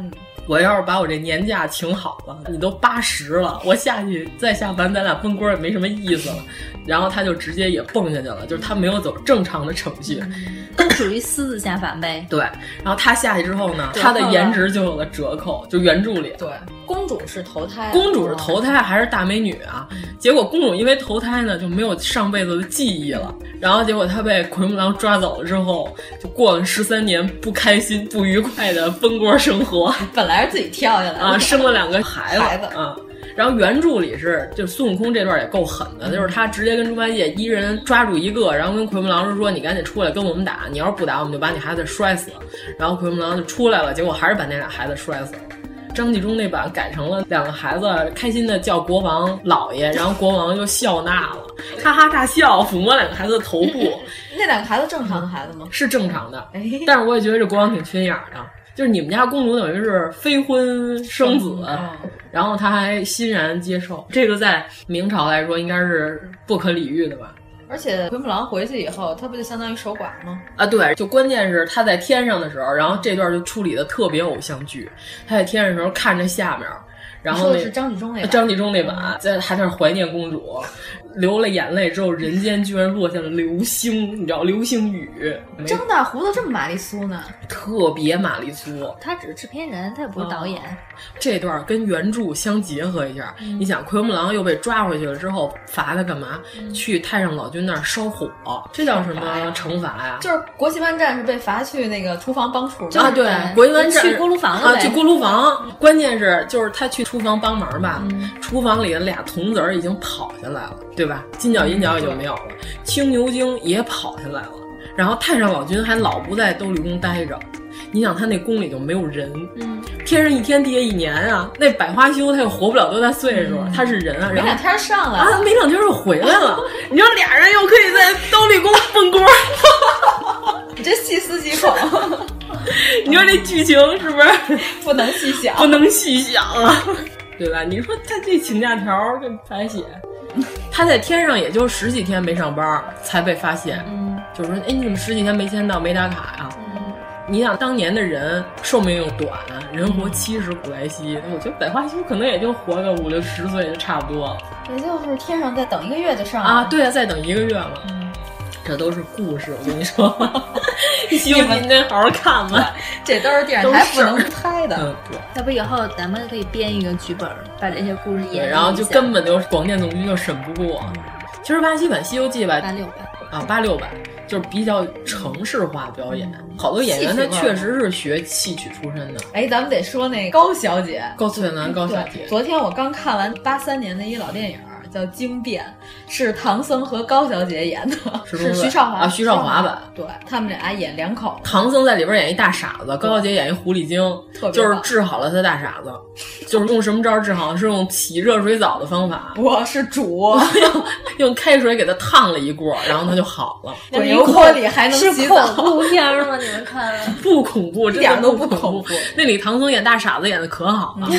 我要是把我这年假请好了，你都八十了，我下去再下凡，咱俩奔锅也没什么意思了。然后他就直接也蹦下去了，就是他没有走正常的程序。
都属于私自下凡呗。
对，然后他下去之后呢，他的颜值就有了折扣，就原著里。
对，公主是投胎，
嗯公
哦
主是投胎还是大美女啊？结果公主因为投胎呢，就没有上辈子的记忆了。然后结果她被奎木狼抓走了之后，就过了十三年不开心、不愉快的奔锅生活。
本来是自己跳下来的 [LAUGHS]
啊，生了两个孩子
孩子
啊。然后原著里是，就孙悟空这段也够狠
嗯
的，就是他直接跟猪八戒一人抓住一个，然后跟奎木狼说：“你赶紧出来跟我们打，你要是不打，我们就把你孩子摔死。”然后奎木狼就出来了，结果还是把那俩孩子摔死了。张纪中那版改成了两个孩子开心的叫国王老爷，然后国王就笑纳了，哈哈大笑，抚摸两个孩子的头部，
[LAUGHS] 那两个孩子正常的孩子吗？哎
是正常的。但是我也觉得这国王挺缺眼儿的，就是你们家公主等于是非婚生子，
嗯哦
啊然后他还欣然接受，这个在明朝来说应该是不可理喻的吧？
而且奎木狼回去以后，他不就相当于守寡吗？
啊，对，就关键是他在天上的时候，然后这段就处理的特别偶像剧，他在天上的时候看着下面，然
你
后
说
那
的是张纪中那版
[LAUGHS] 张纪中那版，在还在那儿怀念公主，流了眼泪之后，人间居然落下了流星，你知道流星雨，没
张大胡子这么玛丽苏呢？
特别玛丽苏，
他只是制片人，他也不是导演。
这段儿跟原著相结合一下，你想奎木狼又被抓回去了之后，罚他干嘛？去太上老君那儿烧火，这叫什么惩罚呀？
就是国旗班战士被罚去那个厨房帮厨嘛，
啊，对，国际湾
就
战
去锅炉房了
啊，
呗
去锅炉房。关键是就是他去厨房帮忙吧，
嗯
厨房里的俩童子儿已经跑下来了，对吧？金角银角已经没有了，青牛精也跑下来了，然后太上老君还老不在兜里宫待着。你想他那宫里就没有人，嗯，天上一天地下一年啊，那百花羞他又活不了多大岁数，
嗯
他是人啊，
没
然后
两天上来
啊，
了，
没两天就回来了，
[LAUGHS]
你说俩人又可以在兜里宫蹦锅，
你这细思极恐，
[LAUGHS] 你说这剧情是不是？
不能细想。
不能细想啊， [LAUGHS] 对吧？你说他这请假条儿这白写，他在天上也就十几天没上班儿才被发现，就说哎你怎么十几天没签到没打卡呀、你想当年的人寿命又短，人活七十古来稀，我觉得百花羞可能也就活个五六十岁就差不多了
也就是天上再等一个月就上来
啊。嗯
了，
对啊，再等一个月了，这都是故事，我跟你 [LAUGHS] 说，希望您得好好看吧。
这都是电视台不能拍的。
嗯，对。
要不以后咱们可以编一个剧本，把这些故事演绎一
对，
下
然后就根本就是广电总局就审不过。其实巴西版《西游记》吧
八，六 [LAUGHS] 版。
啊，八六版就是比较城市化表演，
嗯
好多演员他确实是学戏曲出身的，
哎，咱们得说那高小姐，
高翠楠、高小姐
嗯对，。昨天我刚看完八三年的一老电影儿叫《惊变》，是唐僧和高小姐演的，
[LAUGHS]
是
是中文
徐少华
啊徐少华版，
对他们俩演两口子，
唐僧在里边演一大傻子，高小姐演一狐狸精
特别，棒
就是治好了他大傻子，就是用什么招儿治好？是用洗热水澡的方法，
我是
[LAUGHS]
主，
用用开水给他烫了一锅，然后他就好了。
滚油锅里还能洗澡，
[LAUGHS]
怖片吗？你们看了？
不恐怖，真的
一点都
不
不
恐
恐怖
那里唐僧演大傻子演的可好了，
[LAUGHS]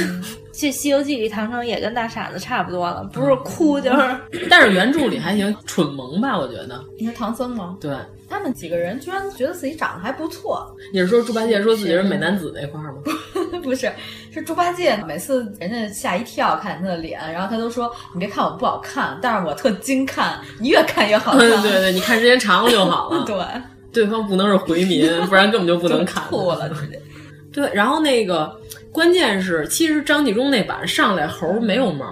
这《西游记》里唐僧也跟大傻子差不多了，不是哭就是 [LAUGHS]
嗯
但是原著里还行，蠢萌吧，我觉得。
你说唐僧吗？
对，
他们几个人居然觉得自己长得还不错， [LAUGHS]
你是说猪八戒说自己是美男子那块儿吗？
不是，是猪八戒每次人家吓一跳，看他的脸，然后他都说：“你别看我不好看，但是我特精看，你越看越好看。
[LAUGHS]
[LAUGHS]
对对对，你看时间长了就好了。
对，
[LAUGHS] 对方不能是回 [LAUGHS] 民，不然根本就不能看。
吐
[LAUGHS]
了直接。
对，然后那个关键是，其实张纪中那版上来猴没有毛，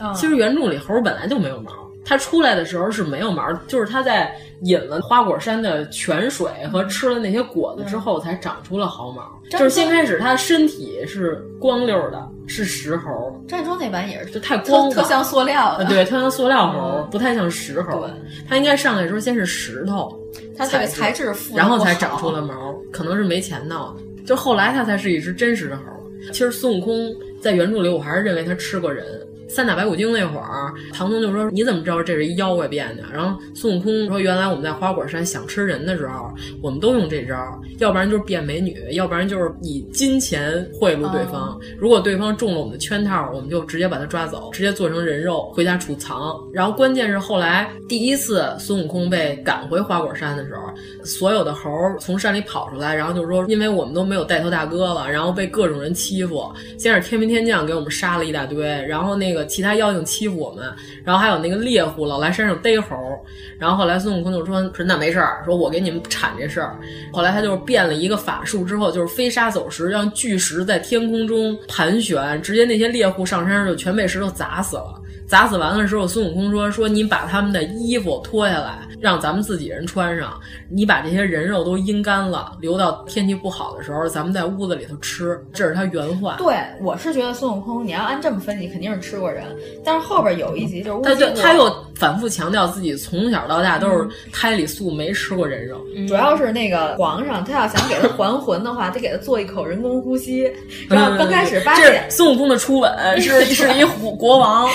嗯
其实原著里猴本来就没有毛，它出来的时候是没有毛，就是它在饮了花果山的泉水和吃了那些果子之后才长出了毫毛。就是先开始它的身体是光溜的，是石猴，
张纪中那版也是
就太光滑
特特像塑料的，嗯
啊，对，它像塑料猴，不太像石猴
对。
它应该上来的时候先是石头，
它这个材质复得
然后
不
才
好
长出了毛，可能是没钱闹的。就后来它才是一只真实的猴。其实孙悟空在原著里，我还是认为他吃过人。三打白骨精那会儿，唐僧就说：“你怎么知道这是一妖怪变的？”然后孙悟空说：“原来我们在花果山想吃人的时候，我们都用这招，要不然就是变美女，要不然就是以金钱贿赂对方。如果对方中了我们的圈套，我们就直接把他抓走，直接做成人肉回家储藏。然后关键是后来第一次孙悟空被赶回花果山的时候，所有的猴儿从山里跑出来，然后就说，因为我们都没有带头大哥了，然后被各种人欺负，先是天兵天将给我们杀了一大堆，然后那个其他妖精欺负我们，然后还有那个猎户老来山上逮猴儿，然后后来孙悟空就说说那没事儿，说我给你们铲这事儿。后来他就是变了一个法术之后，就是飞沙走石，让巨石在天空中盘旋，直接那些猎户上山就全被石头砸死了。砸死完了之后，孙悟空说：“说你把他们的衣服脱下来，让咱们自己人穿上。你把这些人肉都阴干了，留到天气不好的时候，咱们在屋子里头吃。”这是他原话。
对，我是觉得孙悟空，你要按这么分析，肯定是吃过人。但是后边有一集就是乌
他就
鸡
他又反复强调自己从小到大都是胎里素没吃过人肉，
主要是那个皇上，他要想给他还魂的话，得给他做一口人工呼吸。然后刚开始八
嗯这
戒
是孙悟空的初吻是是一虎国王，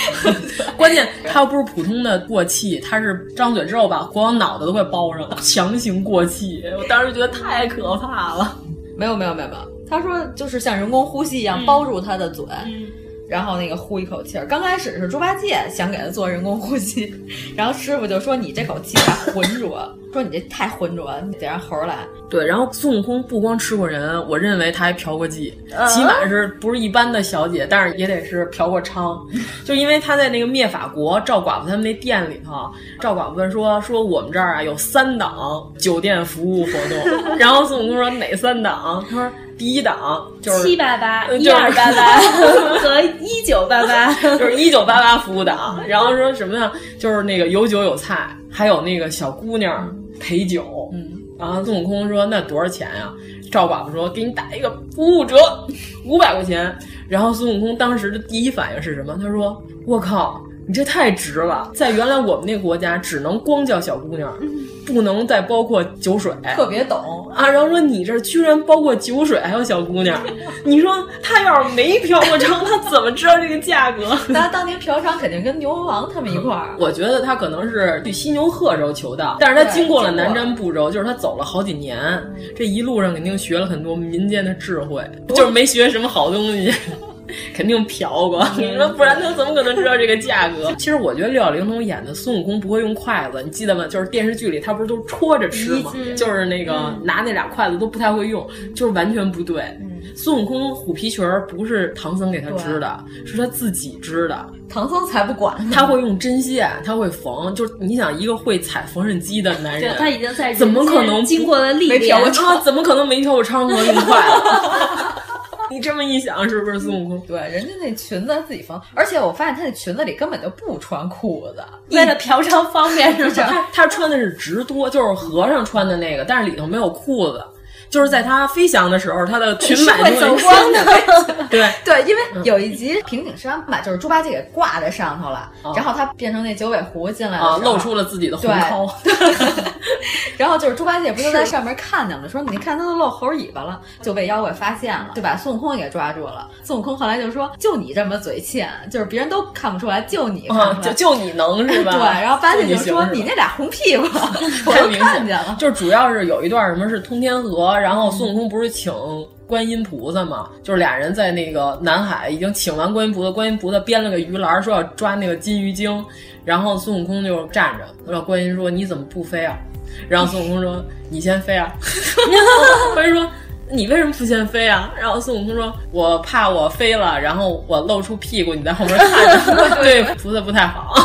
关键他又不是普通的过气，他是张嘴之后把国王脑袋都快包上了，强行过气，我当时觉得太可怕了。
没有没有没有没有，他说就是像人工呼吸一
嗯
样包住他的嘴，然后那个呼一口气儿。刚开始是猪八戒想给他做人工呼吸，然后师傅就说你这口气太浑浊，说你这太浑浊，你得让猴儿来。
对，然后孙悟空不光吃过人，我认为他还嫖过妓，起码是不是一般的小姐，但是也得是嫖过娼。就因为他在那个灭法国赵寡妇他们那店里头，赵寡妇说说我们这儿啊有三档酒店服务活动，然后孙悟空说哪三档？他说第一档就是
七八八、
就是
一二八 [LAUGHS] 八和一九八 [LAUGHS] 八，
就是一九八八服务档，然后说什么呢？就是那个有酒有菜，还有那个小姑娘陪酒。嗯，然后孙悟空说那多少钱呀、赵寡妇说给你打一个五五折，五百块钱。然后孙悟空当时的第一反应是什么？他说我靠。你这太值了，在原来我们那个国家，只能光叫小姑娘，不能再包括酒水，
嗯特别
[LAUGHS]
懂，
啊，然后说你这儿居然包括酒水还有小姑娘，你说他要是没嫖过娼，他怎么知道这个价格？
咱当年嫖娼肯定跟牛魔王他们一块儿。
我觉得他可能是去犀牛贺州求道，但是他
对
经过了
经过
南
了
瞻部洲，就是他走了好几年，这一路上肯定学了很多民间的智慧，就是没学什么好东西。 [LAUGHS] 肯定嫖过，你说不然他怎么可能知道这个价格？其实我觉得六小龄童演的孙悟空不会用筷子，你记得吗？就是电视剧里他不是都戳着吃吗？就是那个拿那俩筷子都不太会用，就是完全不对。孙悟空虎皮裙儿不是唐僧给他织的，是他自己织的。
嗯
唐僧才不管呢， [LAUGHS]
他会用针线，他会缝，就是你想一个会踩缝纫机的男
对
人，
他已经在人
怎么可能不
间经过了历
没嫖
练
过？
啊，怎么可能没跳过娼和用筷子？啊 [LAUGHS] 你这么一想，是不是孙悟空？
对，人家那裙子自己缝，而且我发现他那裙子里根本就不穿裤子，
为了嫖娼方便是吧？
他他穿的是直多，就是和尚穿的那个，但是里头没有裤子。就是在他飞翔的时候，他的裙
[LAUGHS]
摆
会
就
走
是
光的。
[LAUGHS] 对，
对，因
嗯
为有一集平顶山吧，就是猪八戒给挂在上头了，
哦
然后他变成那九尾狐进来的
哦
啊，
时候
露出了自己的红
对
袍。
[LAUGHS] 然后就是猪八戒不就在上面看见了，说你看他都露猴尾巴了，就被妖怪发现了，就把孙悟空也给抓住了。孙悟空后来就说：“就你这么嘴欠，就是别人都看不出来，就你看出来。
啊，就就你能是吧？
对，
[LAUGHS]
然后八戒就说：“
行是吧
你那俩红屁股，我
太 [LAUGHS]
都
明
看
显
见了。
就是主要是有一段什么是通天河，然后孙悟空不是请观音菩萨嘛，就是俩人在那个南海已经请完观音菩萨，观音菩萨编了个鱼篮，说要抓那个金鱼精，然后孙悟空就站着，然后观音说：“你怎么不飞啊？”然后孙悟空说：“你先
[LAUGHS]
飞啊。”观音说。你为什么不先飞啊？然后孙悟空说：“我怕我飞了，然后我露出屁股，你在后面看着。”
[LAUGHS]
对，菩萨不太好。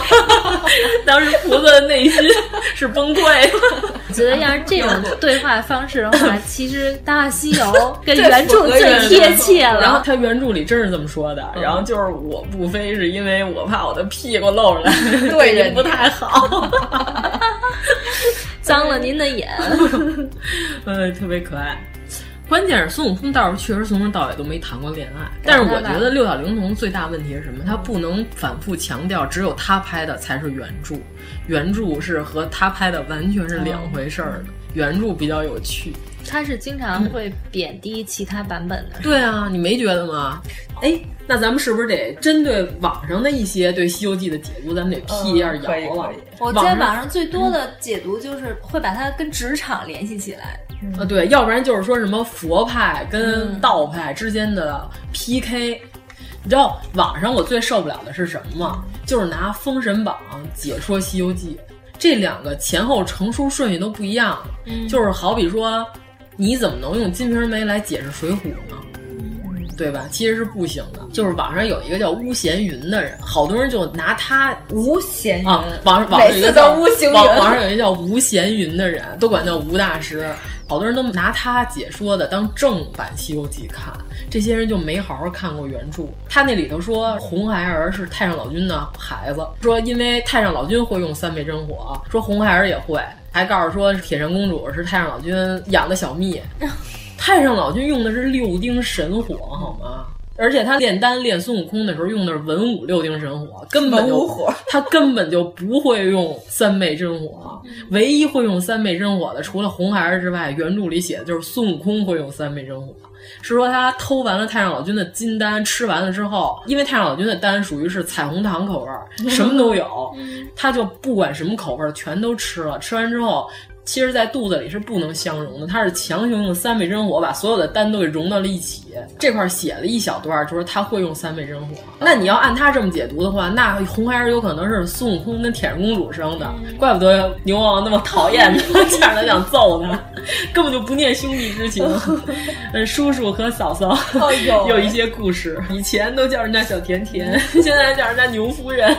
当时菩萨的内心是崩溃的。
我觉得要是这种对话方式的话，其实《大话西游》跟原著最贴切了。嗯
然 [LAUGHS] 后他原著里真是这么说的。然后就是我不飞，是因为我怕我的屁股露出来，
对
人不太好。 [LAUGHS]
脏了您的眼。
嗯，特别可爱。关键是孙悟空倒是确实从头到尾都没谈过恋爱，但是我觉得六小龄童最大问题是什么？他不能反复强调只有他拍的才是原著，原著是和他拍的完全是两回事儿的，
嗯
原著比较有趣。
他是经常会贬低其他版本的。
对啊，你没觉得吗？哎，那咱们是不是得针对网上的一些对《西游记》的解读，咱们得辟一下谣啊了？
我在网上最多的解读就是会把它跟职场联系起来。
啊、嗯，对，要不然就是说什么佛派跟道派之间的 PK。嗯你知道网上我最受不了的是什么吗？就是拿《封神榜》解说《西游记》，这两个前后成书顺序都不一样。嗯，就是好比说。你怎么能用《金瓶梅》来解释《水浒》呢？对吧？其实是不行的。就是网上有一个叫巫闲云的人，好多人就拿他
巫闲云
啊，网上网上有一个叫
巫闲云，
网网上有一个叫巫闲云的人，都管叫吴大师。好多人都拿他解说的当正版《西游记》看，这些人就没好好看过原著。他那里头说红孩儿是太上老君的孩子，说因为太上老君会用三昧真火，说红孩儿也会，还告诉说铁扇公主是太上老君养的小蜜。太上老君用的是六丁神火，好吗？而且他炼丹炼孙悟空的时候用的是文武六丁神火，根本就他根本就不会用三昧真火。唯一会用三昧真火的，除了红孩儿之外，原著里写的就是孙悟空会用三昧真火，是说他偷完了太上老君的金丹，吃完了之后，因为太上老君的丹属于是彩虹糖口味儿，什么都有，他就不管什么口味儿全都吃了。吃完之后。其实，在肚子里是不能相容的，他是强行用三昧真火把所有的丹都给融到了一起。这块写了一小段，就是他会用三昧真火。那你要按他这么解读的话，那红孩儿有可能是孙悟空跟铁扇公主生的，怪不得牛魔王那么讨厌他， [LAUGHS] 差点想揍他，根本就不念兄弟之情。呃，叔叔和嫂嫂 [LAUGHS] 有一些故事，以前都叫人家小甜甜，现在叫人家牛夫人。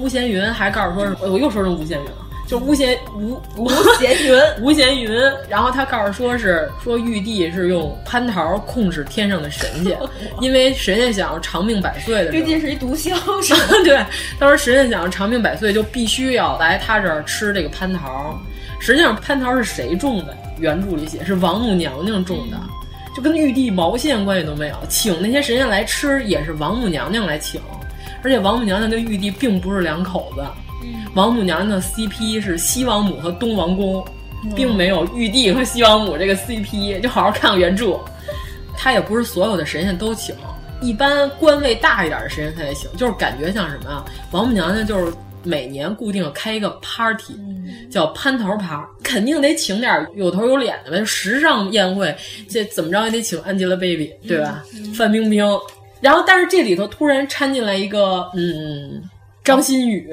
吴闲云还告诉说，我又说成吴闲云了。就吴闲吴
吴闲云，
吴闲云，然后他告诉说是说玉帝是用蟠桃控制天上的神
[LAUGHS]
仙，因为神仙想要长命百岁的。
玉帝是一毒枭，是
[LAUGHS] 对，他说神仙想要长命百岁，就必须要来他这儿吃这个蟠桃。实际上，蟠桃是谁种的？原著里写是王母娘娘种
嗯
的，就跟玉帝毛线关系都没有。请那些神仙来吃也是王母娘娘来请，而且王母娘娘跟玉帝并不是两口子。王母娘娘的 CP 是西王母和东王公，并没有玉帝和西王母这个 CP，就好好看看原著。他也不是所有的神仙都请，一般官位大一点的神仙他也请，就是感觉像什么呀？王母娘娘就是每年固定开一个 party，叫蟠桃趴，肯定得请点有头有脸的呗，时尚宴会，这怎么着也得请 Angelababy 对吧？范冰冰，然后但是这里头突然掺进来一个嗯。张馨予、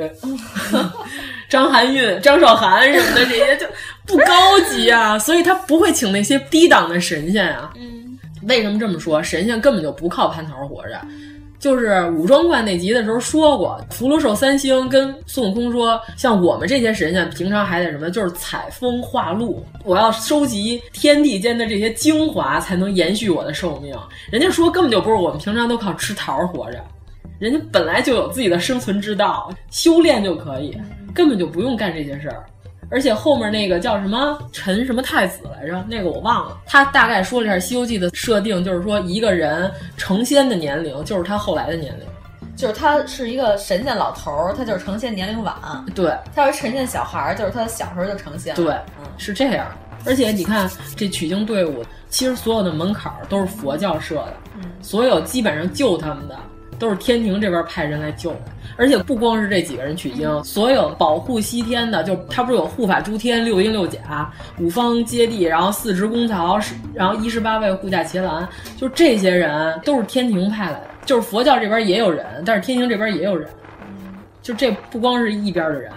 张含韵、张韶涵什么的，这些就不高级啊，所以他不会请那些低档的神仙啊。嗯，为什么这么说？神仙根本就不靠蟠桃活着。就是武装观那集的时候说过，福禄寿三星跟孙悟空说，像我们这些神仙，平常还得什么，就是采风化露，我要收集天地间的这些精华，才能延续我的寿命。人家说根本就不是我们平常都靠吃桃活着。人家本来就有自己的生存之道，修炼就可以，根本就不用干这些事儿。而且后面那个叫什么陈什么太子来着，那个我忘了。他大概说了一下《西游记》的设定，就是说一个人成仙的年龄就是他后来的年龄。
[LAUGHS] 就是他是一个神仙老头儿，他就是成仙年龄晚。
对，
他是神仙小孩儿，就是他小时候就成仙。
对，嗯、是这样。而且你看这取经队伍，其实所有的门槛儿都是佛教设的，所有基本上救他们的。都是天庭这边派人来救的。而且不光是这几个人取经，所有保护西天的，就他不是有护法诸天、六应六甲、五方揭谛，然后四职公曹，是然后一十八位护驾伽蓝，就这些人都是天庭派来的。就是佛教这边也有人，但是天庭这边也有人，就这不光是一边的人。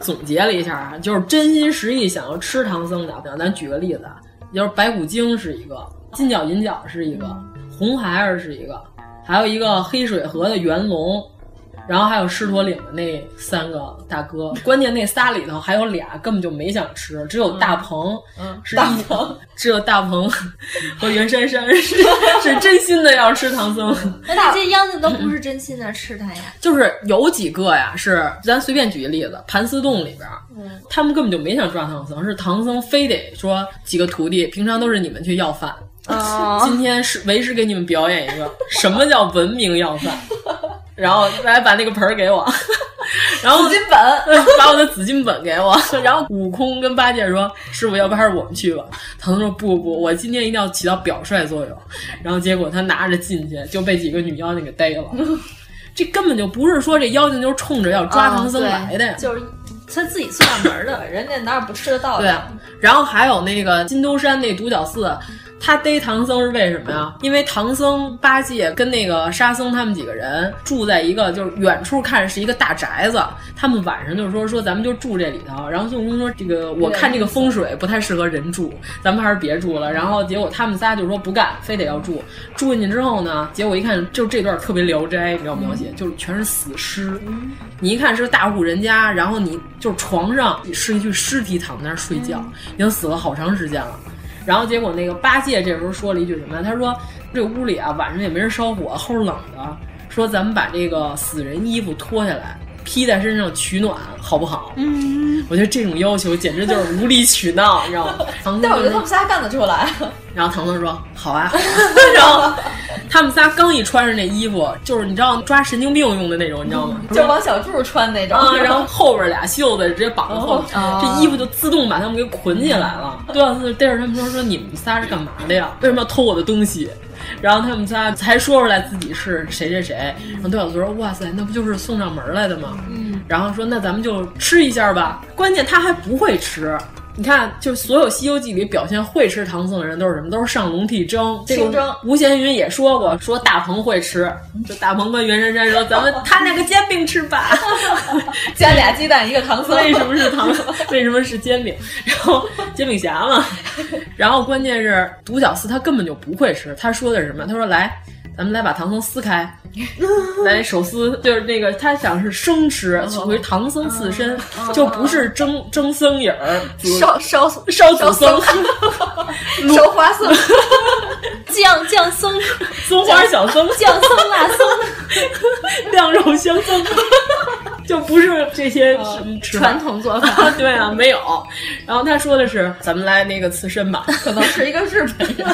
总结了一下啊，就是真心实意想要吃唐僧的，咱举个例子，啊，就是白骨精是一个，金角银角是一个，红孩儿是一个，还有一个黑水河的元龙，然后还有狮驼岭的那三个大哥。关键那仨里头还有俩根本就没想吃，只有大鹏，是嗯大鹏，只有大鹏和袁姗姗是 [LAUGHS] 是真心的要吃唐僧。
那你这秧子都不是真心的吃它呀？
就是有几个呀，是咱随便举一例子，盘丝洞里边，他们根本就没想抓唐僧，是唐僧非得说几个徒弟，平常都是你们去要饭， [LAUGHS] 今天是为师给你们表演一个什么叫文明要 [LAUGHS] 饭，然后来把那个盆儿给我， [LAUGHS] 然后紫金本 [LAUGHS] 把我的紫金本给我， [LAUGHS] 然后悟空跟八戒说师傅，要不还是我们去吧？唐僧说不不，我今天一定要起到表率作用，然后结果他拿着进去就被几个女妖精给逮了。 [LAUGHS] 这根本就不是说这妖精就是冲着要抓唐僧来的呀，
就是他自己送上门的。
人家哪有不吃的道理？
对啊，然后还有那个金兜山那独角寺，他逮唐僧是为什么呀？因为唐僧、八戒跟那个沙僧他们几个人住在一个就是远处看是一个大宅子，他们晚上就说说咱们就住这里头。然后孙悟空说这个我看这个风水不太适合人住，咱们还是别住了。然后结果他们仨就说不干，非得要住。住进去之后呢，结果一看就这段特别《聊斋》，你知道描
嗯
写就是全是死尸，你一看是大户人家，然后你就是床上是一具尸体躺在那儿睡觉，已经死了好长时间了。然后结果那个八戒这时候说了一句什么呀？他说这屋里啊晚上也没人烧火，齁冷的，说咱们把这个死人衣服脱下来披在身上取暖，好不好？嗯，我觉得这种要求简直就是无理取闹，你知道 [LAUGHS] 吗？唐僧
但我觉得
就
他们仨干得出来。
然后唐僧说：“好啊。好啊” [LAUGHS] 然后他们仨刚一穿上那衣服，就是你知道抓神经病用的那种，你知道 [LAUGHS] 吗？
就王小柱穿那种，
啊，然后哦后边俩袖子直接绑在后头，这衣服就自动把他们给捆起来了。啊多小四逮着他们说：“说你们仨是干嘛的呀？为什么要偷我的东西？”然后他们仨才说出来自己是谁谁谁。然后多小四说：“哇塞，那不就是送上门来的吗？”嗯，然后说：“那咱们就吃一下吧。”关键他还不会吃。你看，就所有《西游记》里表现会吃唐僧的人都是什么？都是上笼屉蒸。这
清蒸
个吴闲云也说过，说大鹏会吃，就大鹏跟袁姗姗说：“ [LAUGHS] 咱们摊两个煎饼吃吧。”
[LAUGHS] 加俩鸡蛋一个唐僧，
为什么是糖？为什么是煎饼？然后煎饼侠嘛，然后关键是独角四他根本就不会吃，他说的是什么？他说来。咱们来把唐僧撕开，来手撕，就是那个他想是生吃，属于唐僧刺身，就不是蒸蒸僧影儿、
烧烧
烧祖僧、 [LAUGHS]
烧花僧，
酱酱僧、
松花小僧、
酱僧、辣僧，
[LAUGHS] 晾肉香僧，就不是这些什么吃法
传统做法。
啊， [LAUGHS] 对啊，没有。然后他说的是，咱们来那个刺身
[LAUGHS]
吧。
可能是一个日本
[LAUGHS]
人，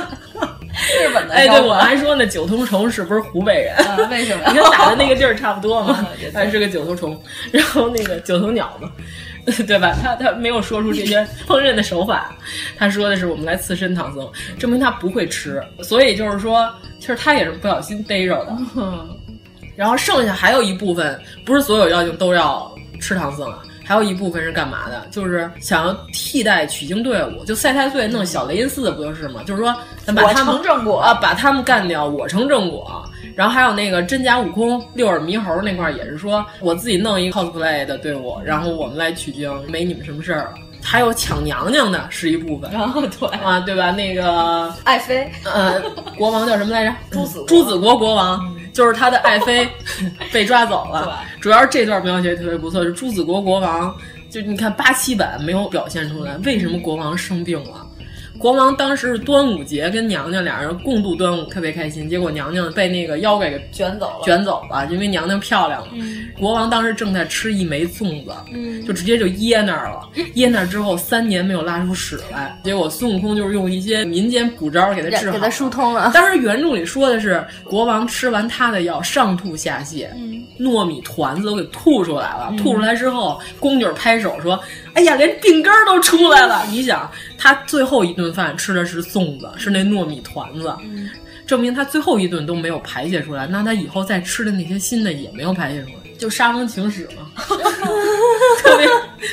日本的
哎，对，
妖
我
怪
还说呢，九头虫是不是湖北人？
啊为什么
[LAUGHS] 你？看打的那个地儿差不
[LAUGHS]
多嘛
嗯也，对
还是个九头虫，然后那个九头鸟嘛， [LAUGHS] 对吧？他他没有说出这些烹饪的手法，他说的是我们来刺身唐僧，证明他不会吃，所以就是说，其实他也是不小心逮着的。然后剩下还有一部分，不是所有妖精都要吃唐僧啊。还有一部分是干嘛的？就是想要替代取经队伍，就赛太岁弄小雷音寺不就是吗？就是说，咱把
我
他们
成正果
啊，把他们干掉，我成正果。然后还有那个真假悟空、六耳猕猴那块儿也是说，我自己弄一个 cosplay 的队伍，然后我们来取经，没你们什么事儿。还有抢娘娘的是一部分
然后 [LAUGHS] 对，
啊，对吧？那个
爱妃
呃，国王叫什么来着？
朱子国嗯
朱子国国王就是他的爱
[LAUGHS]
妃被抓走了。主要是这段描写特别不错，是朱子国国王，就你看八七版没有表现出来，为什么国王生病了？国王当时是端午节跟娘娘俩人共度端午，特别开心。结果娘娘被那个妖怪给
卷走了，
卷走了，因为娘娘漂亮嘛。
嗯
国王当时正在吃一枚粽子，嗯
嗯
就直接就噎那儿了。噎那儿之后三年没有拉出屎来，结果孙悟空就是用一些民间古招给他治好，
给它疏通 [LAUGHS] 了
当时原著里说的是国王吃完他的药上吐下泻，糯米团子都给吐出来了。吐出来之后，宫女拍手说：“哎呀，连病根儿都出来了！”你想，他最后一顿饭吃的是粽子，是那糯米团子。证明他最后一顿都没有排泄出来，那他以后再吃的那些新的也没有排泄出来，就沙翁情史嘛，特别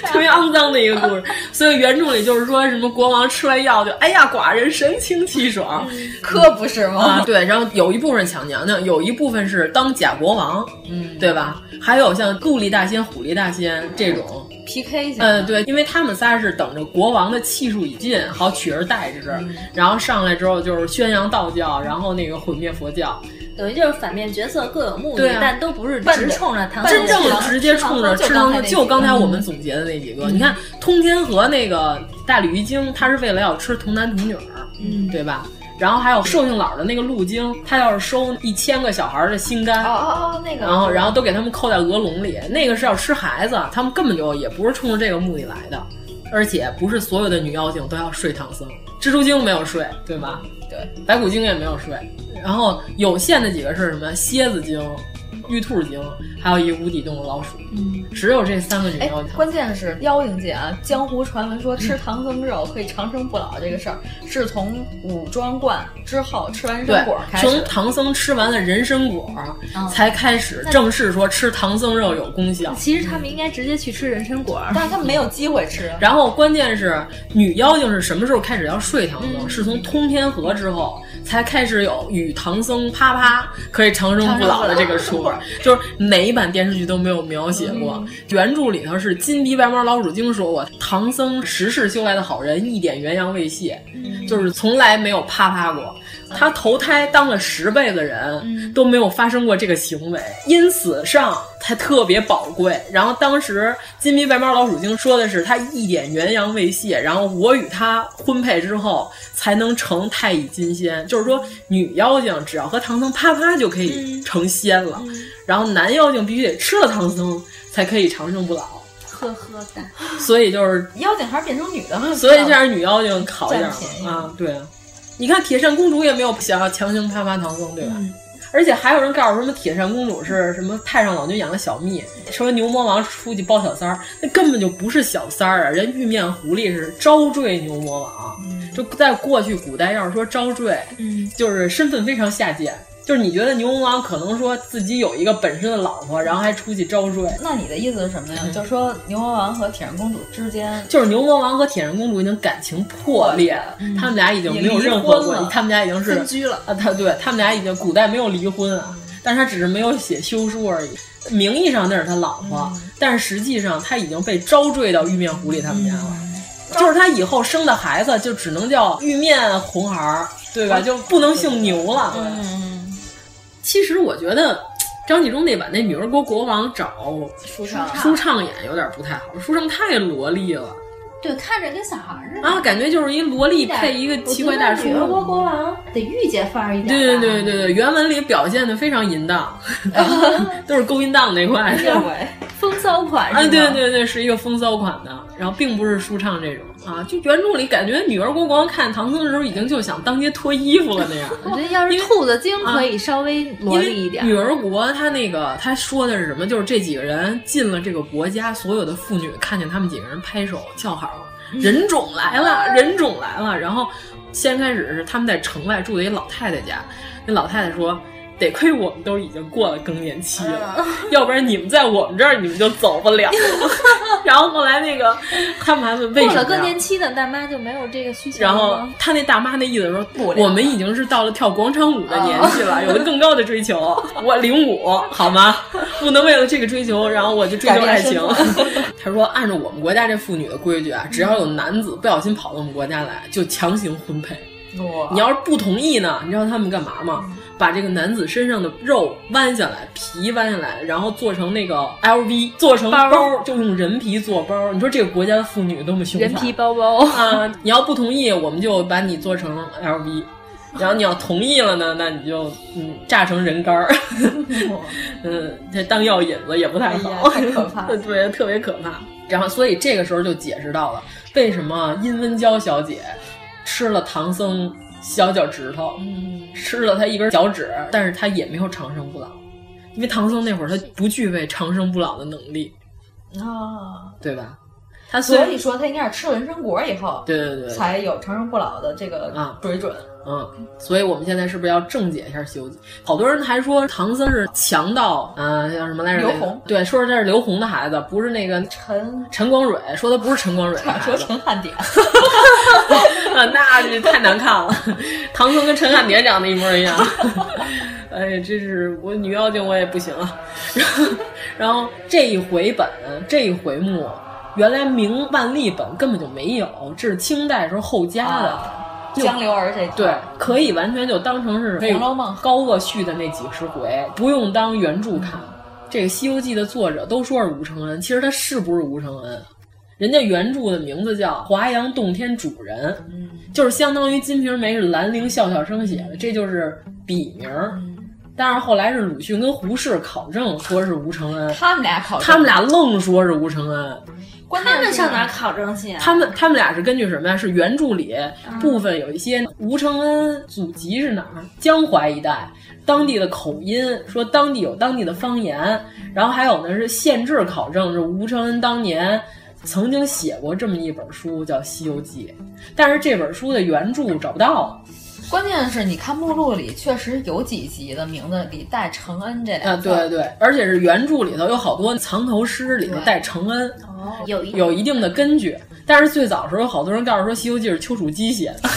特别肮脏的一个故事。所以原著里就是说什么国王吃完药就哎呀寡人神清气爽，
可不是
啊，
吗？
对，然后有一部分抢娘娘，有一部分是当假国王，嗯，对吧？还有像顾立大仙、虎立大仙这种，
，PK 一下，
呃，对，因为他们仨是等着国王的气数已尽，好取而代之，然后上来之后就是宣扬道教，然后那个毁灭佛教，
等于就是反面角色各有目
对
的，
啊
但都不是
奔
直
着
冲着唐
真正
的
直接冲着
吃
吃
堂
堂
客
客，
就
就
刚
刚
才那几
才
个
我们总结的那几个。你看，通天河那个大鲤鱼精，他是为了要吃童男童女儿，
嗯
对吧？然后还有寿星姥的那个鹿精，他要是收一千个小孩儿的心肝，
哦哦哦，那个，
然后然后都给他们扣在鹅笼里，那个是要吃孩子，他们根本就也不是冲着这个目的来的，而且不是所有的女妖精都要睡唐僧，蜘蛛精没有睡，对吧？对，白骨精也没有睡，然后有限的几个是什么？蝎子精、玉兔精，还有一无底洞的老鼠，
嗯，
只有这三个女
哎
妖精，。
关键是妖精界啊，江湖传闻说吃唐僧肉可以长生不老这个事儿，是从武装观之后吃完
对
生果开，始
从。唐僧吃完了人参果，
嗯
才开始正式说吃唐僧肉有功效。
其实他们应该直接去吃人参果儿。
但是他们没有机会吃，
然后关键是女妖精是什么时候开始要睡唐僧？是从通天河之后才开始有与唐僧啪啪可以长生不老的这个说，就是哪一版电视剧都没有描写过。原著里头是金鼻白毛老鼠精说过，唐僧十世修来的好人，一点元阳未泄，就是从来没有啪啪过。他投胎当了十辈子人、
嗯
都没有发生过这个行为，因此上才特别宝贵。然后当时金皮白毛老鼠精说的是他一点元阳未泄，然后我与他婚配之后才能成太乙金仙，就是说女妖精只要和唐僧啪啪就可以
嗯
成仙了，然后男妖精必须得吃了唐僧才可以长生不老。
呵呵哒，
所以就是
妖精还是变成女的了。
所以这样女妖精好一点
占便宜
嘛啊，对啊。你看铁扇公主也没有想要强行啪啪唐僧，对吧？而且还有人告诉什么铁扇公主是什么太上老君养的小蜜，成为牛魔王出去包小三儿，那根本就不是小三儿啊！人玉面狐狸是招赘牛魔王，就在过去古代要是说招赘，
嗯，
就是身份非常下贱。就是你觉得牛魔王可能说自己有一个本身的老婆，然后还出去招赘，
那你的意思是什么呀？就是说牛魔王和铁扇公主之间，
就是牛魔王和铁扇公主已经感情破裂了，他们俩已经没
嗯
有任何
已经离婚
关
了
系，他们俩已经是
分居了
啊，他对他们俩已经古代没有离婚啊，但是他只是没有写休书而已。名义上那是他老婆，
嗯
但是实际上他已经被招赘到玉面狐狸他们家了。
嗯
就是他以后生的孩子就只能叫玉面红孩儿，对
啊
吧？就不能姓牛了。
嗯，
其实我觉得张纪中那版那女儿国国王找
舒畅
舒畅演有点不太好，舒畅太萝莉了。
对，看着跟小孩儿似的
啊，感觉就是一萝莉
有点
配一个奇怪大叔嗯
我觉。得女儿国国王得御姐范儿一点。
对对对，对对，原文里表现的非常淫荡，
嗯
[LAUGHS] 都是勾淫荡那
[LAUGHS]
块
这
的。
回
风骚款是
啊，
吗
对对对，是一个风骚款的，然后并不是舒畅这种啊。就原著里感觉女儿国国王看唐僧的时候，已经就想当街脱衣服了那样。
我觉得要是兔子精可以稍微萝莉一点。
啊因为女儿国她那个她说的是什么？就是这几个人进了这个国家，所有的妇女看见他们几个人拍手叫好，人种来
嗯
了，人种来了。然后先开始是他们在城外住的一老太太家，那老太太说。得亏我们都已经过了更年期
嗯
了，要不然你们在我们这儿你们就走不
[LAUGHS]
了了。然后后来那个他们还问为什
过
么呀
了更年期的大妈就没有这个需求
然
了
后
吗。
他那大妈那意思说，我们已经是到了跳广场舞的年纪了，有了更高的追求。 [LAUGHS] 我零五好吗？不能为了这个追求，然后我就追求爱情。 [LAUGHS] 他说，按照我们国家这妇女的规矩啊，只要有男子不小心跑到我们国家来，就强行婚配。你要是不同意呢，你知道他们干嘛吗？把这个男子身上的肉弯下来，皮弯下来，然后做成那个 LV，做成包，就用人皮做包。你说这个国家的妇女多么凶残？
人皮包包，
啊，你要不同意，我们就把你做成 LV。然后你要同意了呢，那你就嗯榨成
[LAUGHS]
人干儿，嗯，这当药引子也不太好，
哎呀太可怕了
[LAUGHS] 对，特别可怕。然后，所以这个时候就解释到了为什么殷温娇小姐吃了唐僧小脚趾头，
嗯
吃了他一根脚趾，但是她也没有长生不老，因为唐僧那会儿他不具备长生不老的能力，
啊，
对吧？他虽
所
然
以说他应该是吃了人参果以后，
对对对对
才有长生不老的这个
啊
水准。
嗯，所以我们现在是不是要正解一下《西游记》？好多人还说唐僧是强盗，啊，叫什么来着？
刘洪
对，说是他是刘洪的孩子，不是那个
陈
陈光蕊，说他不是陈光蕊的孩
[LAUGHS] 说
子。
陈汉典，
啊， [LAUGHS] 那你太难看了。 [LAUGHS] 唐僧跟陈汉典长得一模一样。 [LAUGHS] 哎呀，这是我女妖精，我也不行了。然后， [LAUGHS] 然后这一回本，这一回目，原来明万历本根本就没有，这是清代时候后加的。就
江流儿这
对，可以完全就当成是《
红楼梦》
高鹗续的那几十回，不用当原著看。这个《西游记》的作者都说是吴承恩，其实他是不是吴承恩？人家原著的名字叫《华阳洞天主人》，
嗯
就是相当于《金瓶梅》是兰陵笑笑生写的，这就是笔名儿。但是后来是鲁迅跟胡适考证说是吴承恩，
他们俩考试，
他们俩愣说是吴承恩。
关键
他
是
们上哪儿考证去啊？
他们他们俩是根据什么呀？是原著里部分有一些吴承恩祖籍是哪儿，江淮一带当地的口音，说当地有当地的方言，然后还有呢是县志考证，是吴承恩当年。曾经写过这么一本书叫《西游记》，但是这本书的原著找不到了。
关键是你看目录里确实有几集的名字里带承恩这
啊，
俩字
对
儿，
对，而且是原著里头有好多藏头诗里头带承恩，
有一
有一定的根据。但是最早的时候，好多人告诉说《西游记》是丘处机写 [LAUGHS] 的，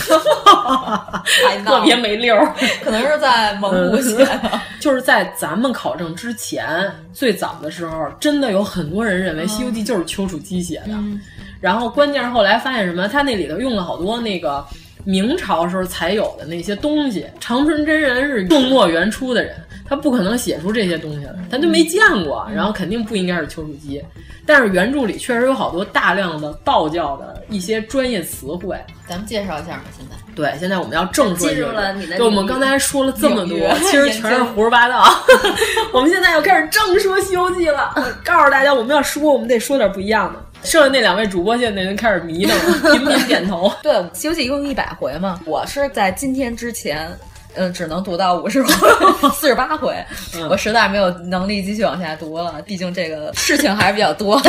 太闹
特别没溜儿。
可能是在蒙古写的， [LAUGHS]
就是在咱们考证之前，最早的时候，真的有很多人认为《西游记》就是丘处机写的。然后关键是后来发现什么？他那里头用了好多那个明朝时候才有的那些东西。长春真人是宋末元初的人，他不可能写出这些东西来，他就没见过，然后肯定不应该是丘处机。但是原著里确实有好多大量的道教的一些专业词汇。
咱们介绍一下吧，现在。
对，现在我们要正说
进入了你的
对，我们
领域
刚才说了这么
领
多
域，
其实全是胡说八道。 [LAUGHS] 我们现在要开始正说《西游记》了，告诉大家我们要说，我们得说点不一样的。剩下那两位主播现在已经开始迷瞪了，频频点头。
对，《西游记》一共一百回嘛，我是在今天之前，嗯、只能读到五十回， [LAUGHS] 四十八回，
嗯
我实在没有能力继续往下读了，毕竟这个事情还是比较多。
[LAUGHS]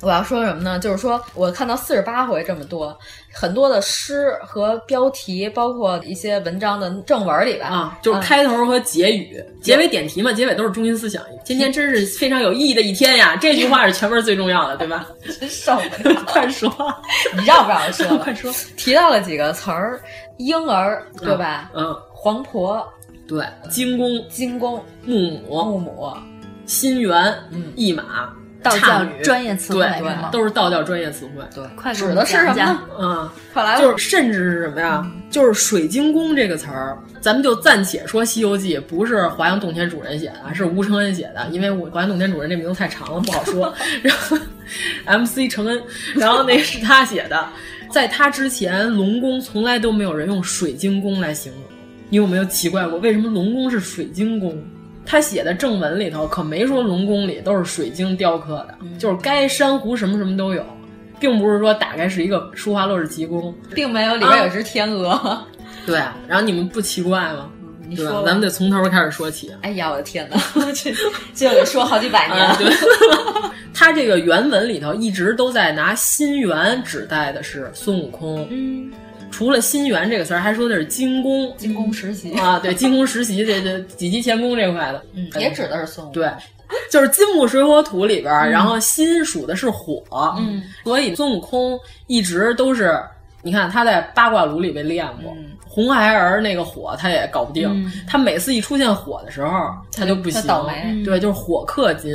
我要说什么呢？就是说我看到四十八回这么多，很多的诗和标题，包括一些文章的正文里吧，
啊，就是
嗯
开头和结语、结尾点题嘛，结尾都是中心思想。今天真是非常有意义的一天呀！这句话是全文最重要的，对吧？。
真受不了
快说，
你让不让我说吧？
[LAUGHS] 快说。
提到了几个词儿，婴儿对吧？
嗯，
黄婆、
对，金公、
金公、
木母、
木母，
心猿、
嗯
驿马、
道
差
教
女
专业词汇
对
是吗？
都是道教专业词汇。
对，
快给
指
我们
的是什
讲
么
讲
呢？
嗯，
快来吧
就是甚至是什么呀？就是水晶宫这个词儿，咱们就暂且说《西游记》不是华阳洞天主人写的，是吴承恩写的，因为我华阳洞天主人这名字太长了，不好说。然后 MC 承恩，然后那是他写的，在他之前，龙宫从来都没有人用水晶宫来形容。你有没有奇怪过，为什么龙宫是水晶宫？他写的正文里头可没说龙宫里都是水晶雕刻的，就是该珊瑚什么什么都有，并不是说打开是一个舒华洛世奇宫。
并没有里边有只天鹅。
对，啊然后你们不奇怪吗？
你
对
说
吧
吧
咱们得从头开始说起。
哎呀，我的天哪，这这得说好几百年
啊，
了。
对， [LAUGHS] 他这个原文里头一直都在拿心猿指代的是孙悟空。嗯，除了心猿这个词儿，还说的是金宫。
金工实习
啊，对，金工实习这这几级钳工这块的，
嗯，也指的是孙悟空。
对，就是金木水火土里边儿，然后心属的是火，
嗯，
所以孙悟空一直都是，你看他在八卦炉里被炼
嗯
过，红孩儿那个火他也搞不定，他每次一出现火的时候，他就不行，
他倒霉嗯
对，就是火克金，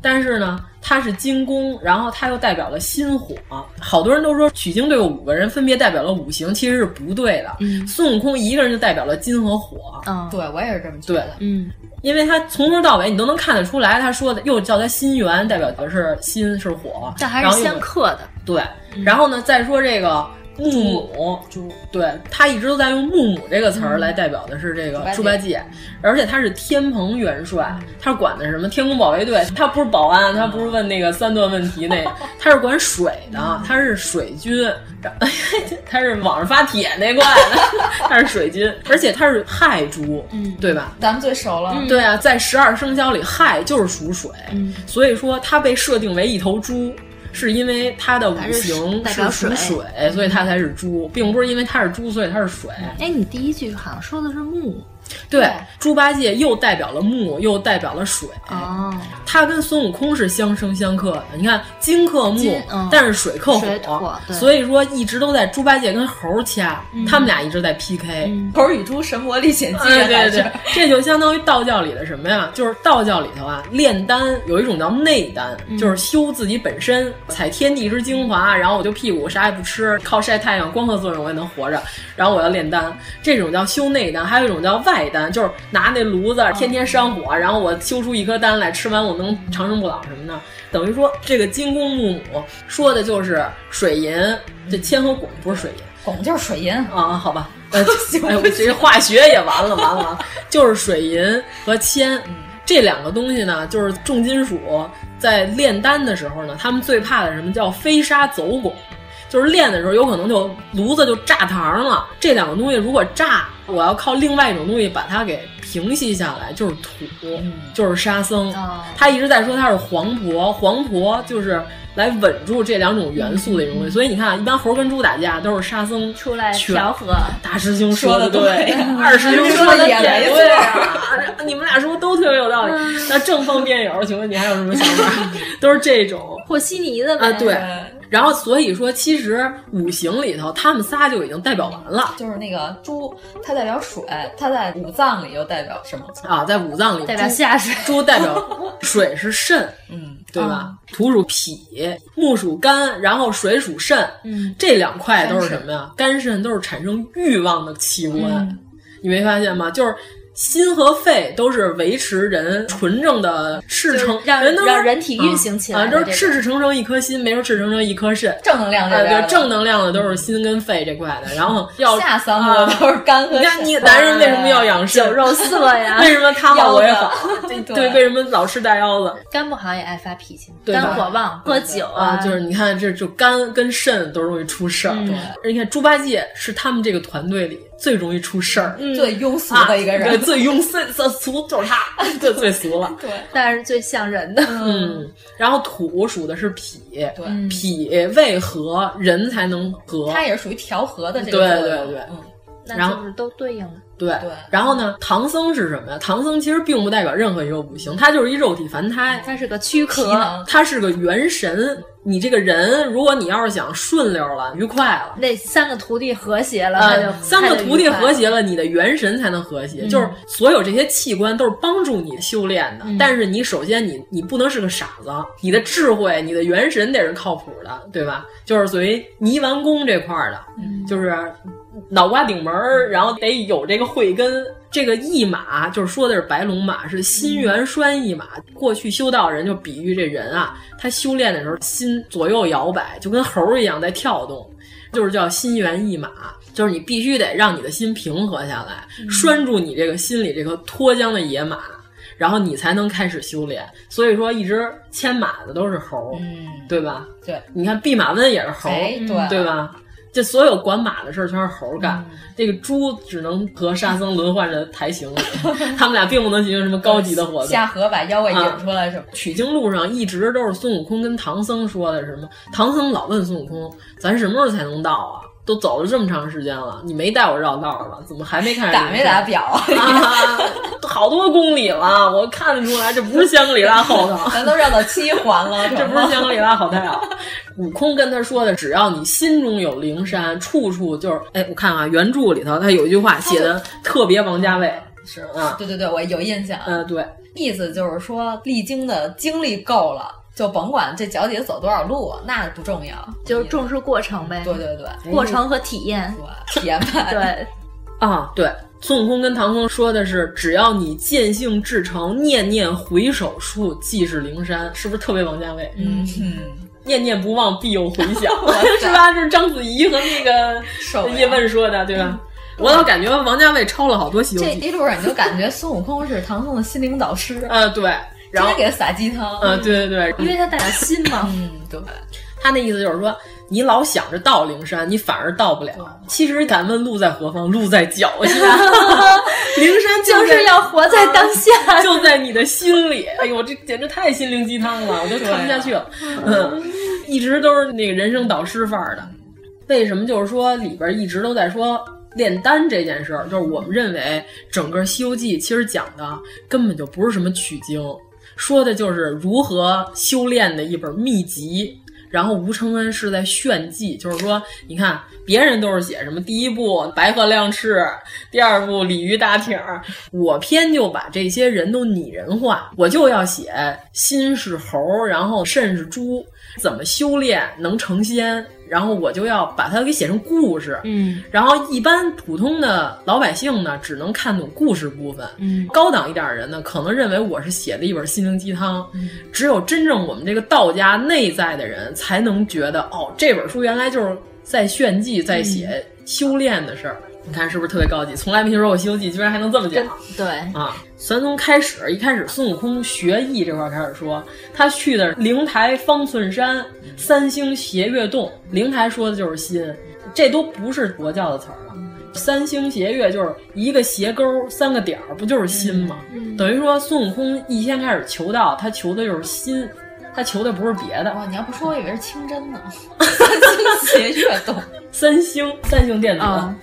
但是呢，他是金宫，然后他又代表了心火，好多人都说取经队伍五个人分别代表了五行，其实是不对的，
嗯
孙悟空一个人就代表了金和火，
嗯，
对，我也是这么觉得。
嗯，
因为他从头到尾你都能看得出来，他说的又叫他心猿，代表的是心是火，
但还
然
是
后又
先刻的，嗯
对。然后呢，再说这个木母，对他一直都在用木母这个词儿来代表的是这个
猪
猪
八
八戒，而且他是天蓬元帅，
嗯
他管的是什么天宫保卫队，他不是保安，他不是问那个三段问
[LAUGHS]
题那个，他是管水
嗯
的，他是水军， [LAUGHS] 他是网上发帖那块的， [LAUGHS] 他是水军，而且他是亥猪，
嗯
对吧？
咱们最熟了，
对啊，
嗯
在十二生肖里，亥就是属水，所以说它被设定为一头猪。是因为它的五行
代
是
表
属
水嗯
水，所以它才是猪，并不是因为它是猪，所以它是水。
哎，你第一句好像说的是木
对，猪八戒又代表了木，又代表了水。
哦，
它跟孙悟空是相生相克的。你看，金克木
金，嗯
但是水克
水火对嗯
所以说一直都在猪八戒跟猴掐，他们俩一直在 PK。
猴与猪神魔历险记，
哎，对
还是
对， [LAUGHS] 这就相当于道教里的什么呀？就是道教里头啊，炼丹有一种叫内丹，就是修自己本身，采天地之精华，然后我就屁股啥也不吃，靠晒太阳光合作用我也能活着，然后我要炼丹，这种叫修内丹，还有一种叫外丹，就是拿那炉子天天山火，然后我修出一颗丹来，吃完我能长生不老什么的。等于说这个金公木母说的就是水银，这千和汞不是水银。
拱就是水银。
啊，好吧，呃， [LAUGHS] 哎，我这化学也完了，完了，完了，就是水银和铅
嗯
这两个东西呢，就是重金属在炼丹的时候呢，他们最怕的是什么叫飞沙走汞，就是炼的时候有可能就炉子就炸膛了。这两个东西如果炸，我要靠另外一种东西把它给平息下来，就是土，
嗯
就是沙僧。
哦
他一直在说他是黄婆，黄婆就是来稳住这两种元素的一种东西。所以你看，一般猴跟猪打架都是沙僧
嗯出来
劝
调和，
大师兄
说
的
得
对
对，
[LAUGHS] 二师兄
说
的
得也嗯没
对啊，
[LAUGHS]
你们俩说的都特别有道理。那正方辩友，请问你还有什么想法？ [LAUGHS] 都是
[LAUGHS]
这种
和稀泥的呗。
啊，对。然后所以说，其实五行里头，他们仨就已经代表完了
就是那个猪，它代表水，它在五脏里又代表什么？
啊，在五脏里，
代表下水，
猪代表水是肾，
嗯，
对
啊
吧？土属脾，木属肝，然后水属肾，
嗯，
这两块都是什么呀？肝肾都是产生欲望的器官，
嗯
你没发现吗？就是。心和肺都是维持人纯正的赤诚，
让
人都
让人体运行起来
啊，
的
都是
这
赤赤诚诚一颗心，没说赤诚诚一颗肾。
正能量这
啊，
边
对，
的
正能量的都是心跟肺这块的，然
[LAUGHS]
后要啊
下三个都是肝和
你看
肾
你男人为什么要养肾？
酒肉色呀
[LAUGHS] 为什么他好我也好？
对
对，为什么老吃大腰子？
肝不好也爱发脾气，
对吧
肝火旺，喝酒
啊，就是你看，这就肝跟肾都容易出事儿。对，你看猪八戒是他们这个团队里最容易出事儿、
最庸俗
啊
的一个
对
人，
最庸俗、最俗就是 [LAUGHS] 他，对，最俗了。
但是最像人的。
嗯，然后土属的是脾，
对
嗯脾胃合，人才能合。
它也是属于调和的这
对
个作用。
对对
嗯，
[LAUGHS] 那
然后
就是都对应了。
对，
对
然后呢，唐僧是什么呀？唐僧其实并不代表任何一个五行，他就是一肉体凡胎，
嗯
它是个躯
皮
壳，
囊
他是个元神。你这个人，如果你要是想顺溜了、愉快了，
那三个徒弟和谐了，它就
呃，三个徒弟和，谐了，你的元神才能和谐。就是所有这些器官都是帮助你修炼的，但是你首先你你不能是个傻子，你的智慧、你的元神得是靠谱的，对吧？就是属于泥丸功这块儿的，就是脑瓜顶门儿，然后得有这个慧根。这个驿马就是说的是白龙马，是心元栓驿马。过去修道人就比喻这人啊，他修炼的时候心左右摇摆，就跟猴儿一样在跳动。就是叫心猿意马，就是你必须得让你的心平和下来，
嗯
拴住你这个心里这个脱缰的野马，然后你才能开始修炼。所以说，一直牵马的都是猴，
嗯，
对吧？
对，
你看弼马温也是猴，
哎，对
对吧？这所有管马的事儿全是猴干，
嗯
这个猪只能和沙僧轮换着抬行李，
[LAUGHS]
他们俩并不能进行什么高级的活动。啊
下河把妖怪引出来是吧？
取经路上一直都是孙悟空跟唐僧说的什么？唐僧老问孙悟空：“咱什么时候才能到啊？都走了这么长时间了，你没带我绕道儿吧？怎么还没看？
打没打？表啊？
啊，好多公里了，我看得出来，这不是香格里拉后头。”
咱都绕到七环了，
这不
是
是
吗
香格里拉好太阳。悟空跟他说的，只要你心中有灵山，处处就是。哎，我看啊，原著里头他有一句话写的特别王家卫，
是
啊
对对对，我有印象。
呃，对，
意思就是说，历经的经历够了，就甭管这脚底下走多少路，那不重要，
就是重视过程呗，
对对对，
过程和体验。
对，体验派，
[LAUGHS] 对，
啊，对，孙悟空跟唐僧说的是，只要你见性至诚，念念回首处，即是灵山，是不是特别王家卫？
嗯哼，
念念不忘，必有回响，是吧？就是章子怡和那
受
个
不了
叶问说的，对吧？我老感觉王家卫抄了好多《西游
这
记》。
一路上你就感觉孙悟空是唐僧的心灵导师，
呃，对，然后
天天给他撒鸡汤，
呃，对对对，
因为它代表心嘛。
嗯，对，
他那意思就是说，你老想着到灵山，你反而到不了。其实敢问路在何方？路在脚下，灵山就
就是要活在当下，
就在你的心里。哎呦，这简直太心灵鸡汤了，我都看不下去了。嗯，一直都是那个人生导师范儿的。为什么就是说里边一直都在说炼丹这件事儿？就是我们认为整个《西游记》其实讲的根本就不是什么取经，说的就是如何修炼的一本秘籍。然后吴承恩是在炫技，就是说，你看别人都是写什么第一部白鹤亮翅，第二部鲤鱼打挺儿，我偏就把这些人都拟人化，我就要写心是猴，然后肾是猪，怎么修炼能成仙，然后我就要把它给写成故事。
嗯，
然后一般普通的老百姓呢，只能看懂故事部分。
嗯
高档一点的人呢，可能认为我是写的一本心灵鸡汤。
嗯
只有真正我们这个道家内在的人，才能觉得哦，这本书原来就是在炫技，
嗯
在写修炼的事儿。你看是不是特别高级？从来没听说过《西游记》，居然还能这么讲。
对，
啊，咱从开始一开始孙悟空学艺这块儿开始说，他去的灵台方寸山、三星斜月洞，灵台说的就是心，这都不是佛教的词儿了。三星斜月就是一个斜钩三个点儿，不就是心吗？等于说孙悟空一先开始求道，他求的就是心，他求的不是别的。
哦，你要不说，我以为是清真呢。三星斜月洞，
三星三星电子。
啊
[LAUGHS]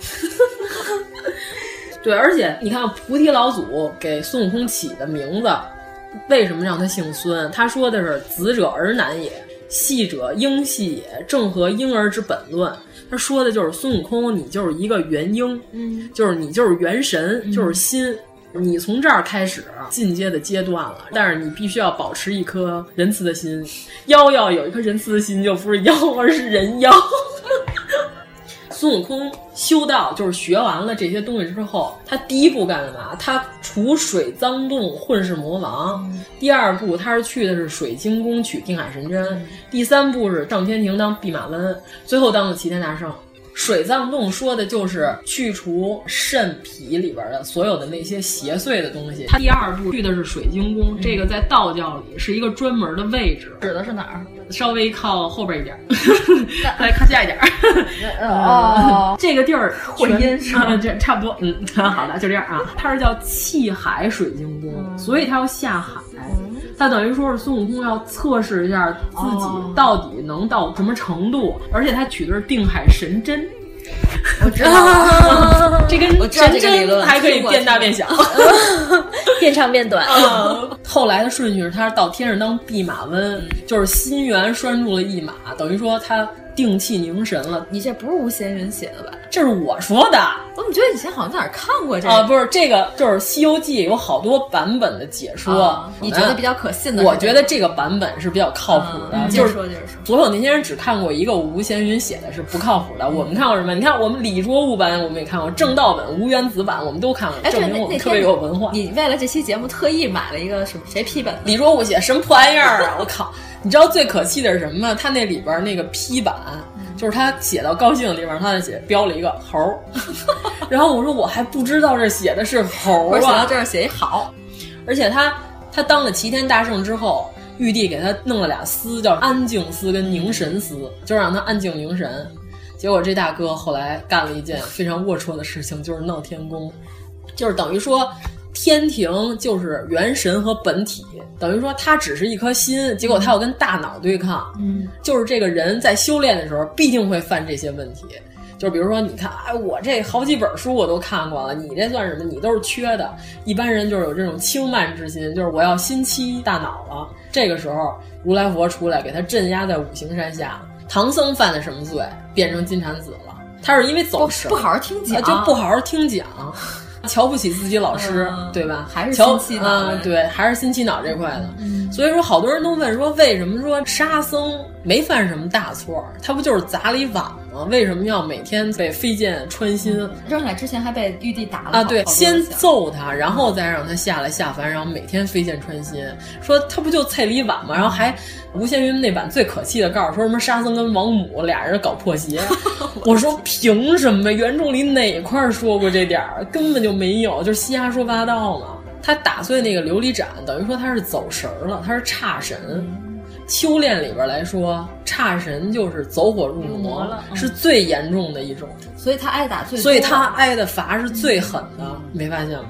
对，而且你看菩提老祖给孙悟空起的名字，为什么让他姓孙？他说的是“子者儿男也，戏者婴戏也，正合婴儿之本论”。他说的就是孙悟空，你就是一个元婴，
嗯，
就是你就是元神，就是心。你从这儿开始进阶的阶段了，但是你必须要保持一颗仁慈的心。 [LAUGHS] 妖要有一颗仁慈的心，就不是妖，而是人妖。孙悟空修道就是学完了这些东西之后，他第一步干了嘛？他除水脏洞混世魔王。第二步，他是去的是水晶宫取定海神针。第三步是上天庭当弼马温，最后当了齐天大圣。水藏洞说的就是去除肾脾里边的所有的那些邪祟的东西。他第二步去的是水晶宫，这个在道教里是一个专门的位置，
指的是哪儿？
[LAUGHS] 稍微靠后边一点儿， [LAUGHS] 来看下一点儿。
哦，
这个地儿
[LAUGHS] 混音是吗
啊，这差不多，嗯， [LAUGHS] 好的，就这样啊。它是叫气海水晶
嗯
宫，所以它要下海。它等于说是孙悟空要测试一下自己
哦
到底能到什么程度，而且他取的是定海神针，
我知道了，
这根
我知道 [LAUGHS]
神
这个理
针
论
还可以
听过 [LAUGHS]
变大变小。
变长变短，
[LAUGHS] 后来的顺序是，他是到天上当弼马温，就是心猿拴住了一马，等于说他定气凝神了。
你这不是吴闲云写的吧？
这是我说的，
我怎么觉得以前好像在哪儿看过这个？
啊，不是这个，就是《西游记》有好多版本的解说，嗯
啊你觉得比较可信的是
我
哪个
觉得这个版本是比较靠谱的，
嗯
就
接着
是
说接着说
所有那些人只看过一个吴闲云写的是不靠谱的，我们看过什么？你看我们李卓物版我们也看过，正道本、吴元子版我们都看过，
哎，对，
证
那
明我
那
们
天
特别有文化。
你为了这期节目特意买了一个什么谁批本的？
李卓物写什么破玩意儿啊！我靠！你知道最可气的是什么吗？他那里边那个批版，
嗯
就是他写到高兴的地方，他就写标了一个猴儿。 [LAUGHS] 然后我说我还不知道这写的是猴
我
儿
写
啊
到，这儿写一好，
而且他他当了齐天大圣之后，玉帝给他弄了俩司，叫安静司跟凝神司，就让他安静凝神。结果这大哥后来干了一件非常龌龊的事情，就是闹天宫，就是等于说天庭就是元神和本体，等于说他只是一颗心，结果他要跟大脑对抗。
嗯，
就是这个人在修炼的时候必定会犯这些问题。就比如说，你看，哎，我这好几本书我都看过了，你这算什么？你都是缺的。一般人就是有这种轻慢之心，就是我要心欺大脑了。这个时候，如来佛出来给他镇压在五行山下。唐僧犯了什么罪？变成金蝉子了。他是因为走
不
神，
不好好听
啊
讲，
就不好好
[LAUGHS]
听讲，瞧不起自己老师，
嗯
对吧？
还是
瞧
心气脑嗯
啊
的，
对，还是心气脑这块的。所以说，好多人都问说，为什么说沙僧没犯什么大错儿？他不就是砸了一碗吗？为什么要每天被飞剑穿心？
扔下之前还被玉帝打了
啊，对
好，多
先
次
揍他，然后再让他下来下凡，然后每天飞剑穿心。说他不就蔡李晚吗？然后还吴闲云那版最可气的告诉说什么沙僧跟王母俩人搞
[LAUGHS]
破鞋，我说凭什么？原著里哪块儿说过这点儿？根本就没有，就是瞎说八道嘛。他打碎那个琉璃盏，等于说他是走神儿了，他是差神。
嗯
修炼里边来说，差神就是走火入魔，
魔了嗯
是最严重的一种。
所以他挨打最多，
所以他挨的罚是最狠的，你没发现吗？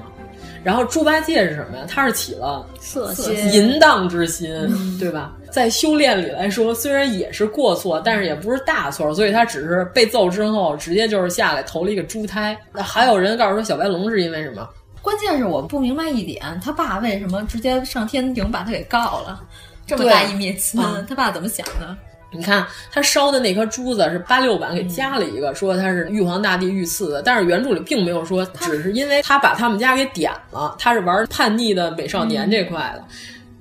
然后猪八戒是什么呀？他是起了
色
色
心
心
淫荡之心，对吧？在修炼里来说，虽然也是过错，但是也不是大错，所以他只是被揍之后，直接就是下来投了一个猪胎。那还有人告诉说小白龙是因为什么？
关键是我不明白一点，他爸为什么直接上天庭把他给告了？这么
对
大义灭亲，
嗯
他爸怎么想的？
你看他烧的那颗珠子是八六版
嗯
给加了一个，说他是玉皇大帝御赐的，但是原著里并没有说，只是因为他把他们家给点了，他是玩叛逆的美少
嗯
年这块的。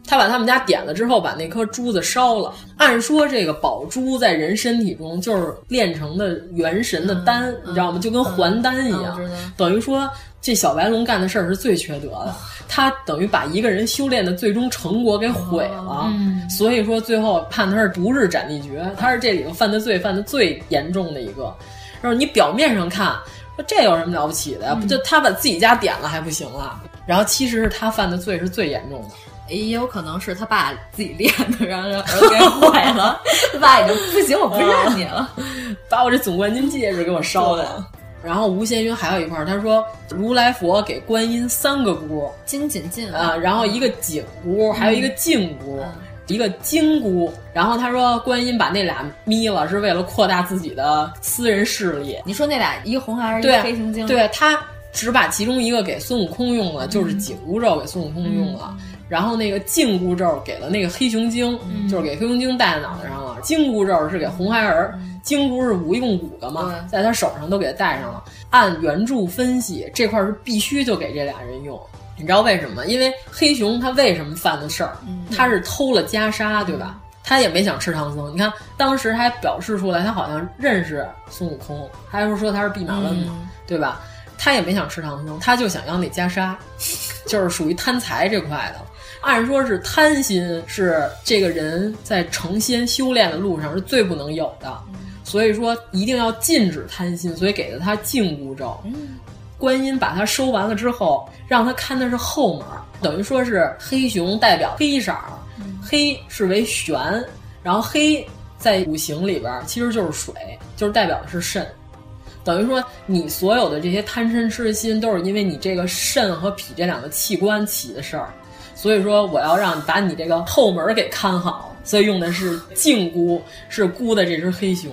他把他们家点了之后，把那颗珠子烧了。按说这个宝珠在人身体中就是炼成的元神的丹，你知道吗？就跟还丹一样，
嗯嗯我知道
等于说这小白龙干的事儿是最缺德的。他等于把一个人修炼的最终成果给毁了，所以说最后判他是不日斩立决，他是这里头犯的罪犯的最严重的一个。然后你表面上看说这有什么了不起的呀？不就他把自己家点了还不行了？然后其实是他犯的罪是最严重的。
也有可能是他爸自己练的，然后让儿子给毁了，他爸也就不行，我不认你了。
把我这总冠军戒指给我烧了。然后吴闲云还有一块儿，他说如来佛给观音三个箍
金紧进
啊、然后一个紧箍，还有一个净箍。一个金箍，然后他说观音把那俩眯了，是为了扩大自己的私人势力。
你说那俩一个红孩儿，一
对
个黑熊精，
对他只把其中一个给孙悟空用了，就是紧箍咒给孙悟空用了，然后那个禁箍咒给了那个黑熊精，就是给黑熊精戴在脑袋上了，金箍咒是给红孩儿。金箍是无用骨的嘛，在他手上都给他戴上了。按原著分析，这块儿是必须就给这俩人用。你知道为什么吗？因为黑熊他为什么犯的事儿，
嗯
他是偷了袈裟，对吧？他也没想吃唐僧。你看当时还表示出来，他好像认识孙悟空，还是说他是弼马温嘛，对吧？他也没想吃唐僧，他就想要那袈裟， [LAUGHS] 就是属于贪财这块的。按说是贪心是这个人在成仙修炼的路上是最不能有的，所以说一定要禁止贪心，所以给了他禁箍咒。观音把它收完了之后，让他看的是后门，等于说是黑熊代表黑色儿，黑是为玄，然后黑在五行里边儿其实就是水，就是代表的是肾。等于说，你所有的这些贪嗔痴心，都是因为你这个肾和脾这两个器官起的事儿。所以说，我要让把你这个后门儿给看好，所以用的是禁箍，是箍的这只黑熊。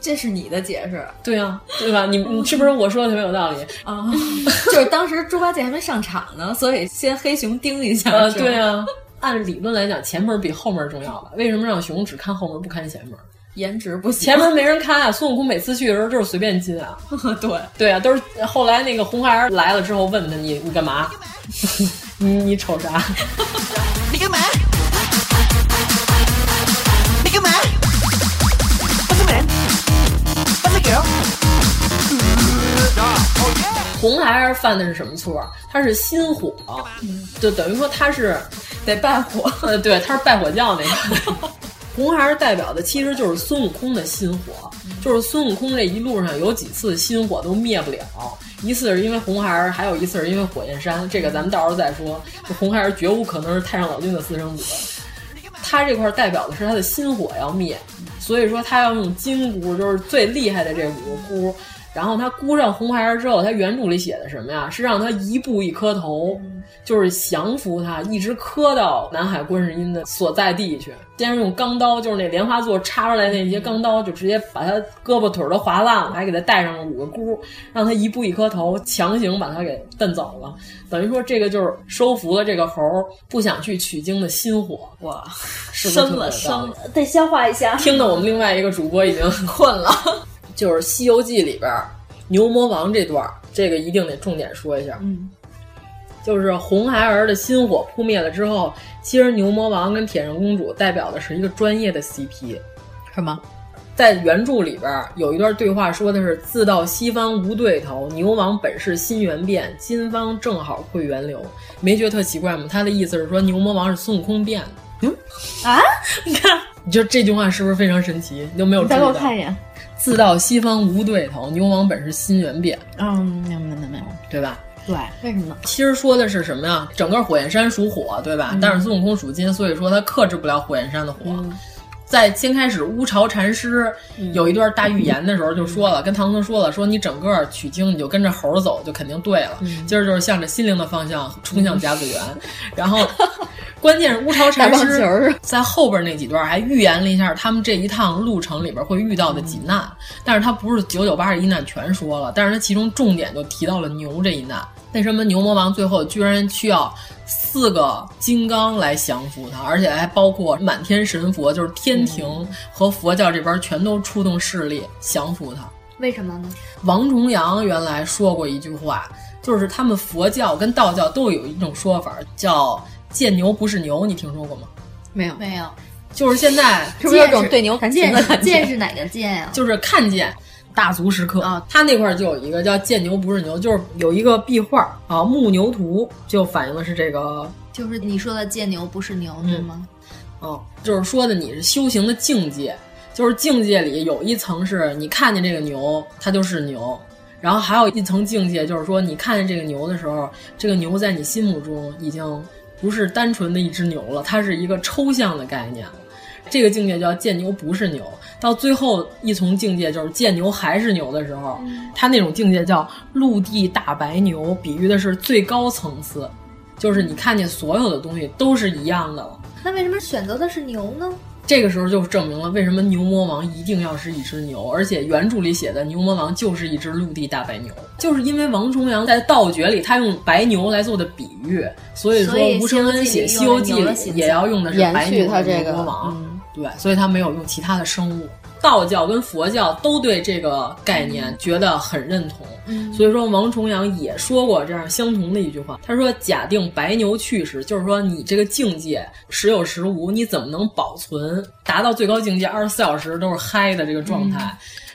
这是你的解释。
对啊，对吧？你你是不是我说的特别有道理？
啊， [LAUGHS] 就是当时猪八戒还没上场呢，所以先黑熊盯一下。
呃，
是吧
对，啊，按理论来讲，前门比后门重要吧？为什么让熊只看后门不看前门？
颜值不行。
前门没人看啊！孙悟空每次去的时候就是随便进啊。
对，
对啊，都是后来那个红孩儿来了之后问他你你干嘛？ [LAUGHS] 你你瞅啥？
你干嘛？你干嘛？What's the man? What's the girl?
红孩儿犯的是什么错？他是心火，就等于说他是
得拜火。
呃， [LAUGHS] 对，他是拜火教那个。红孩儿代表的其实就是孙悟空的心火，就是孙悟空这一路上有几次心火都灭不了，一次是因为红孩儿，还有一次是因为火焰山，这个咱们到时候再说。就红孩儿绝无可能是太上老君的私生子，他这块儿代表的是他的心火要灭，所以说他要用金箍，就是最厉害的这五个箍。然后他箍上红孩儿之后，他原著里写的什么呀？是让他一步一磕头，就是降服他，一直磕到南海观世音的所在地去。先是用钢刀，就是那莲花座插出来那些钢刀，就直接把他胳膊腿儿都划烂了，还给他带上了五个箍，让他一步一磕头，强行把他给蹬走了。等于说这个就是收服了这个猴儿不想去取经的心火。
哇，
是不是
生了
特别有道
生
理
了，
得消化一下。
听得我们另外一个主播已经困了。 [LAUGHS] 就是《西游记》里边儿牛魔王这段儿，这个一定得重点说一下。
嗯，
就是红孩儿的心火扑灭了之后，其实牛魔王跟铁扇公主代表的是一个专业的 CP。
什么？
在原著里边儿有一段对话，说的是“自到西方无对头，牛王本是心猿变，金方正好会源流”，没觉得特奇怪吗？他的意思是说牛魔王是孙悟空变的。嗯啊，你看，你觉得这句话是不是非常神奇？你都没有注
你再
意
给我
到。
看一眼。
自到西方无对头，牛王本是心猿变，
嗯，明白明白明白。
对吧？
对，为什么？
其实说的是什么呀？
嗯
整个火焰山属火，对吧？但是孙悟空属金，所以说他克制不了火焰山的火。在先开始乌巢禅师
嗯
有一段大预言的时候就说了，跟唐僧说了，说你整个取经你就跟着猴儿走就肯定对了，
嗯
今儿就是向着心灵的方向冲向甲子
[LAUGHS]
园。然后，关键是乌巢禅
大棒球
师
儿
在后边那几段还预言了一下他们这一趟路程里边会遇到的几难，
嗯
但是他不是九九八十一难全说了，但是他其中重点就提到了牛这一难。为什么牛魔王最后居然需要四个金刚来降服他，而且还包括满天神佛，就是天庭和佛教这边全都出动势力降服他。
为什么呢？
王重阳原来说过一句话，就是他们佛教跟道教都有一种说法叫“见牛不是牛”，你听说过吗？
没有没有，
就是现在
是不是有种
见
对牛弹琴的感觉？见是哪个啊见呀、
就是看见大足石刻啊，他那块儿就有一个叫“见牛不是牛”，就是有一个壁画啊，《木牛图》就反映的是这个，
就是你说的见牛不是牛，对吗？
嗯，就是说的你是修行的境界，就是境界里有一层是你看见这个牛，它就是牛。然后还有一层境界，就是说你看见这个牛的时候，这个牛在你心目中已经不是单纯的一只牛了，它是一个抽象的概念了。这个境界叫见牛不是牛，到最后一重境界就是见牛还是牛的时候，它那种境界叫陆地大白牛，比喻的是最高层次，就是你看见所有的东西都是一样的了。
那为什么选择的是牛呢？
这个时候就证明了为什么牛魔王一定要是一只牛，而且原著里写的牛魔王就是一只陆地大白牛，就是因为王重阳在道诀里他用白牛来做的比喻，所以说
所以
吴承恩写《西
西
游
游
记
记》里用的牛的
里
形
也要用的是白
延续
牛
他
的
这个
牛魔王，对，所以他没有用其他的生物。道教跟佛教都对这个概念觉得很认同，所以说王重阳也说过这样相同的一句话，他说：“假定白牛去时，就是说你这个境界时有时无，你怎么能保存达到最高境界二十四小时都是嗨的这个状态？”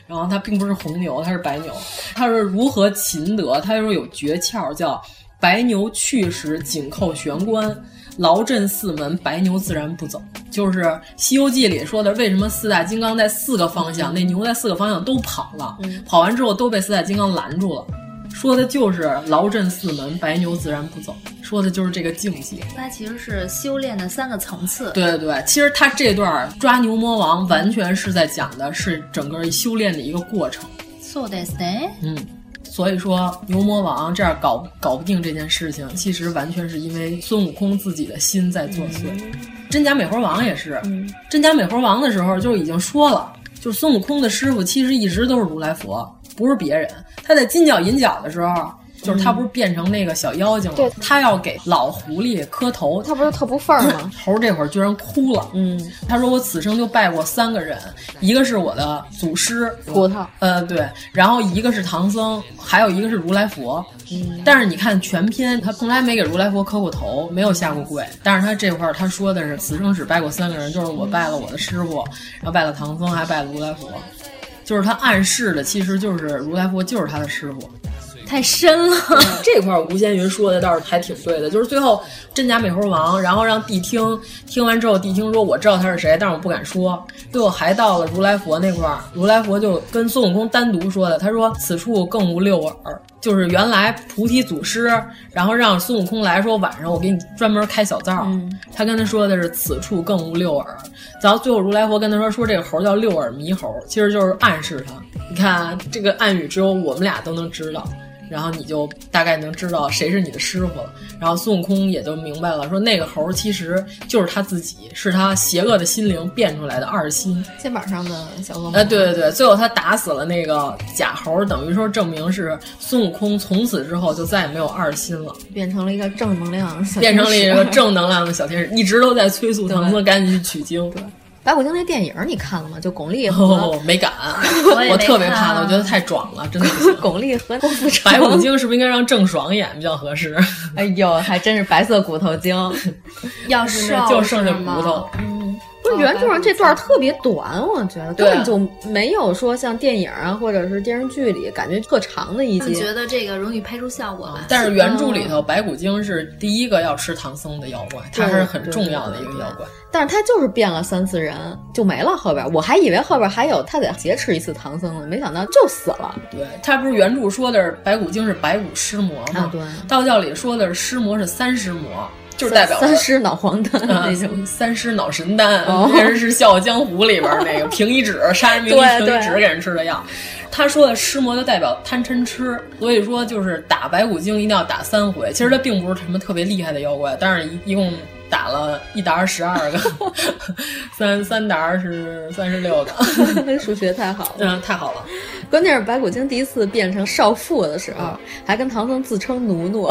然后它并不是红牛，它是白牛。他说如何勤得？他说有诀窍，叫白牛去时紧扣玄关，牢镇四门，白牛自然不走。就是《西游记》里说的，为什么四大金刚在四个方向，那牛在四个方向都跑了，跑完之后都被四大金刚拦住了。说的就是牢镇四门，白牛自然不走，说的就是这个境界。
它其实是修炼的三个层次。
对对对，其实他这段儿抓牛魔王完全是在讲的是整个修炼的一个过程。
，so t h i s day，
嗯，所以说牛魔王这样搞搞不定这件事情，其实完全是因为孙悟空自己的心在作祟。真假美猴王也是，真假美猴王的时候就已经说了，就是孙悟空的师傅其实一直都是如来佛，不是别人。他在金角银角的时候。就是他不是变成那个小妖精了，
对
他要给老狐狸磕头，
他不是特不份儿吗？
猴儿这会儿居然哭了。嗯，他说我此生就拜过三个人，一个是我的祖师
葡萄，
呃对，然后一个是唐僧，还有一个是如来佛。嗯，但是你看全篇他从来没给如来佛磕过头，没有下过跪。但是他这块儿他说的是此生只拜过三个人，就是我拜了我的师傅，然后拜了唐僧，还拜了如来佛。就是他暗示的，其实就是如来佛就是他的师傅。
太深了。
这块儿吴先云说的倒是还挺对的，就是最后真假美猴王，然后让谛听听完之后，谛听说我知道他是谁，但是我不敢说。最后还到了如来佛那块儿，如来佛就跟孙悟空单独说的，他说此处更无六耳，就是原来菩提祖师，然后让孙悟空来说晚上我给你专门开小灶，他跟他说的是此处更无六耳，然后最后如来佛跟他说说这个猴叫六耳猕猴，其实就是暗示他。你看啊这个暗语只有我们俩都能知道。然后你就大概能知道谁是你的师傅了。然后孙悟空也就明白了，说那个猴儿其实就是他自己，是他邪恶的心灵变出来的二心。
肩膀上的小恶魔。
哎，对对对，最后他打死了那个假猴儿，等于说证明是孙悟空从此之后就再也没有二心了，
变成了一个正能量，
变成了一个。正能量的小天使，一直都在催促唐僧赶紧去取经。
白骨精那电影你看了吗？就巩俐和
哦，没敢，
我也没
我特别
看
怕
啊
的，我觉得太爽了，真的不行。
巩俐和郭富城。
白骨，精是不是应该让郑爽演比较合适？ [LAUGHS]
哎呦，还真是白色骨头精。
要
就剩下骨头。
不是
哦
原著上这段特别短，我觉得
对啊
根本就没有说像电影啊或者是电视剧里感觉特长的一
他们
集。
觉得这个容易拍出效果来。
但是原著里头，白骨精是第一个要吃唐僧的妖怪，他是很重要的一个妖怪。
但是他就是变了三次人就没了，后边我还以为后边还有他得劫持一次唐僧呢，没想到就死了。
对，他不是原著说的是白骨精是白骨尸魔吗？
啊对
道教里说的是尸魔是三尸魔，就是代表
三尸脑黄丹
[LAUGHS]
那种。
啊三尸脑神丹
嗯哦，
[LAUGHS] 那人是《笑傲江湖》里边那个平一指杀人名医
对
平
对
一指给人吃的药。他说的尸魔就代表贪嗔痴，所以说就是打白骨精一定要打三回。其实他并不是什么特别厉害的妖怪，但是一一共打了一沓十二个， [LAUGHS] 三三沓是三十六个。
[LAUGHS] 数学太好了，
嗯，太好了，
关键是白骨精第一次变成少妇的时
嗯
候，还跟唐僧自称奴奴，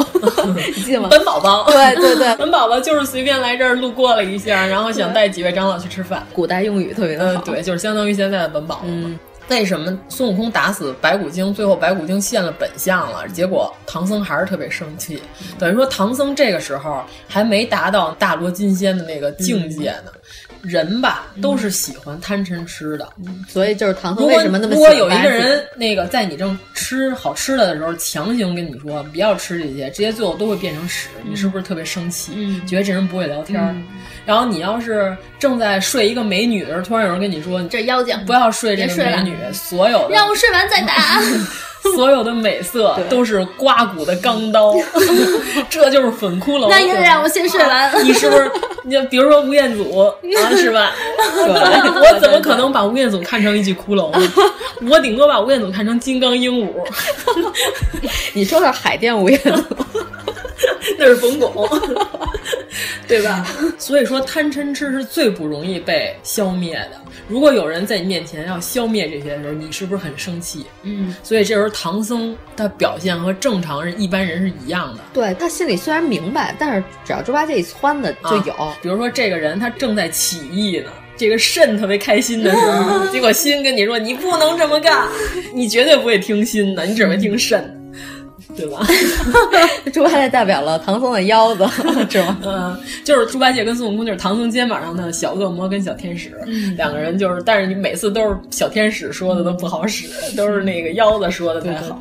你记得吗？
本宝宝，
对对对
[LAUGHS] 本宝宝就是随便来这儿路过了一下，然后想带几位长老去吃饭。
古代用语特别的
[LAUGHS] 呃，
好，
对，就是相当于现在的本宝了嘛。嗯为什么孙悟空打死白骨精，最后白骨精现了本相了？结果唐僧还是特别生气，等于说唐僧这个时候还没达到大罗金仙的那个境界呢。人吧，都是喜欢贪嗔痴的。
所以就是唐
如
僧
果
啊为什么那么
如果
喜
有
欢
一
白
个
骨精
人那个在你正吃好吃的的时候，强行跟你说不要吃这些，这些最后都会变成屎，你是不是特别生气？
嗯
觉得这人不会聊天儿。然后你要是正在睡一个美女的时候，突然有人跟你说
这妖精
不要睡这
嗯别
个
睡
美
了
女，所有的
让我睡完再 [LAUGHS] 打，
所有的美色都是刮骨的钢
[LAUGHS]
刀，这就是粉骷髅。
那也得让我先睡完。
[LAUGHS] 你是不是？你就比如说吴彦祖啊，是
[LAUGHS]
吧？我怎么可能把吴彦祖看成一具骷髅呢？我顶多把吴彦祖看成金刚鹦鹉，
[LAUGHS] 你说到海淀，我也
[LAUGHS] 那是冯巩，对吧？所以说贪嗔痴是最不容易被消灭的。如果有人在你面前要消灭这些的时候，你是不是很生气？
嗯，
所以这时候唐僧的表现和正常人一般人是一样的。
对他心里虽然明白，但是只要猪八戒一撺的就有。
啊比如说这个人他正在起义呢，这个肾特别开心的时候，结果心跟你说你不能这么干，你绝对不会听心的，你只会听肾的，对吧？ [LAUGHS]
猪八戒代表了唐僧的腰子，是吗？
嗯，就是猪八戒跟孙悟空，就是唐僧肩膀上的小恶魔跟小天使，两个人就是，但是你每次都是小天使说的都不好使，都是那个腰子说的才好。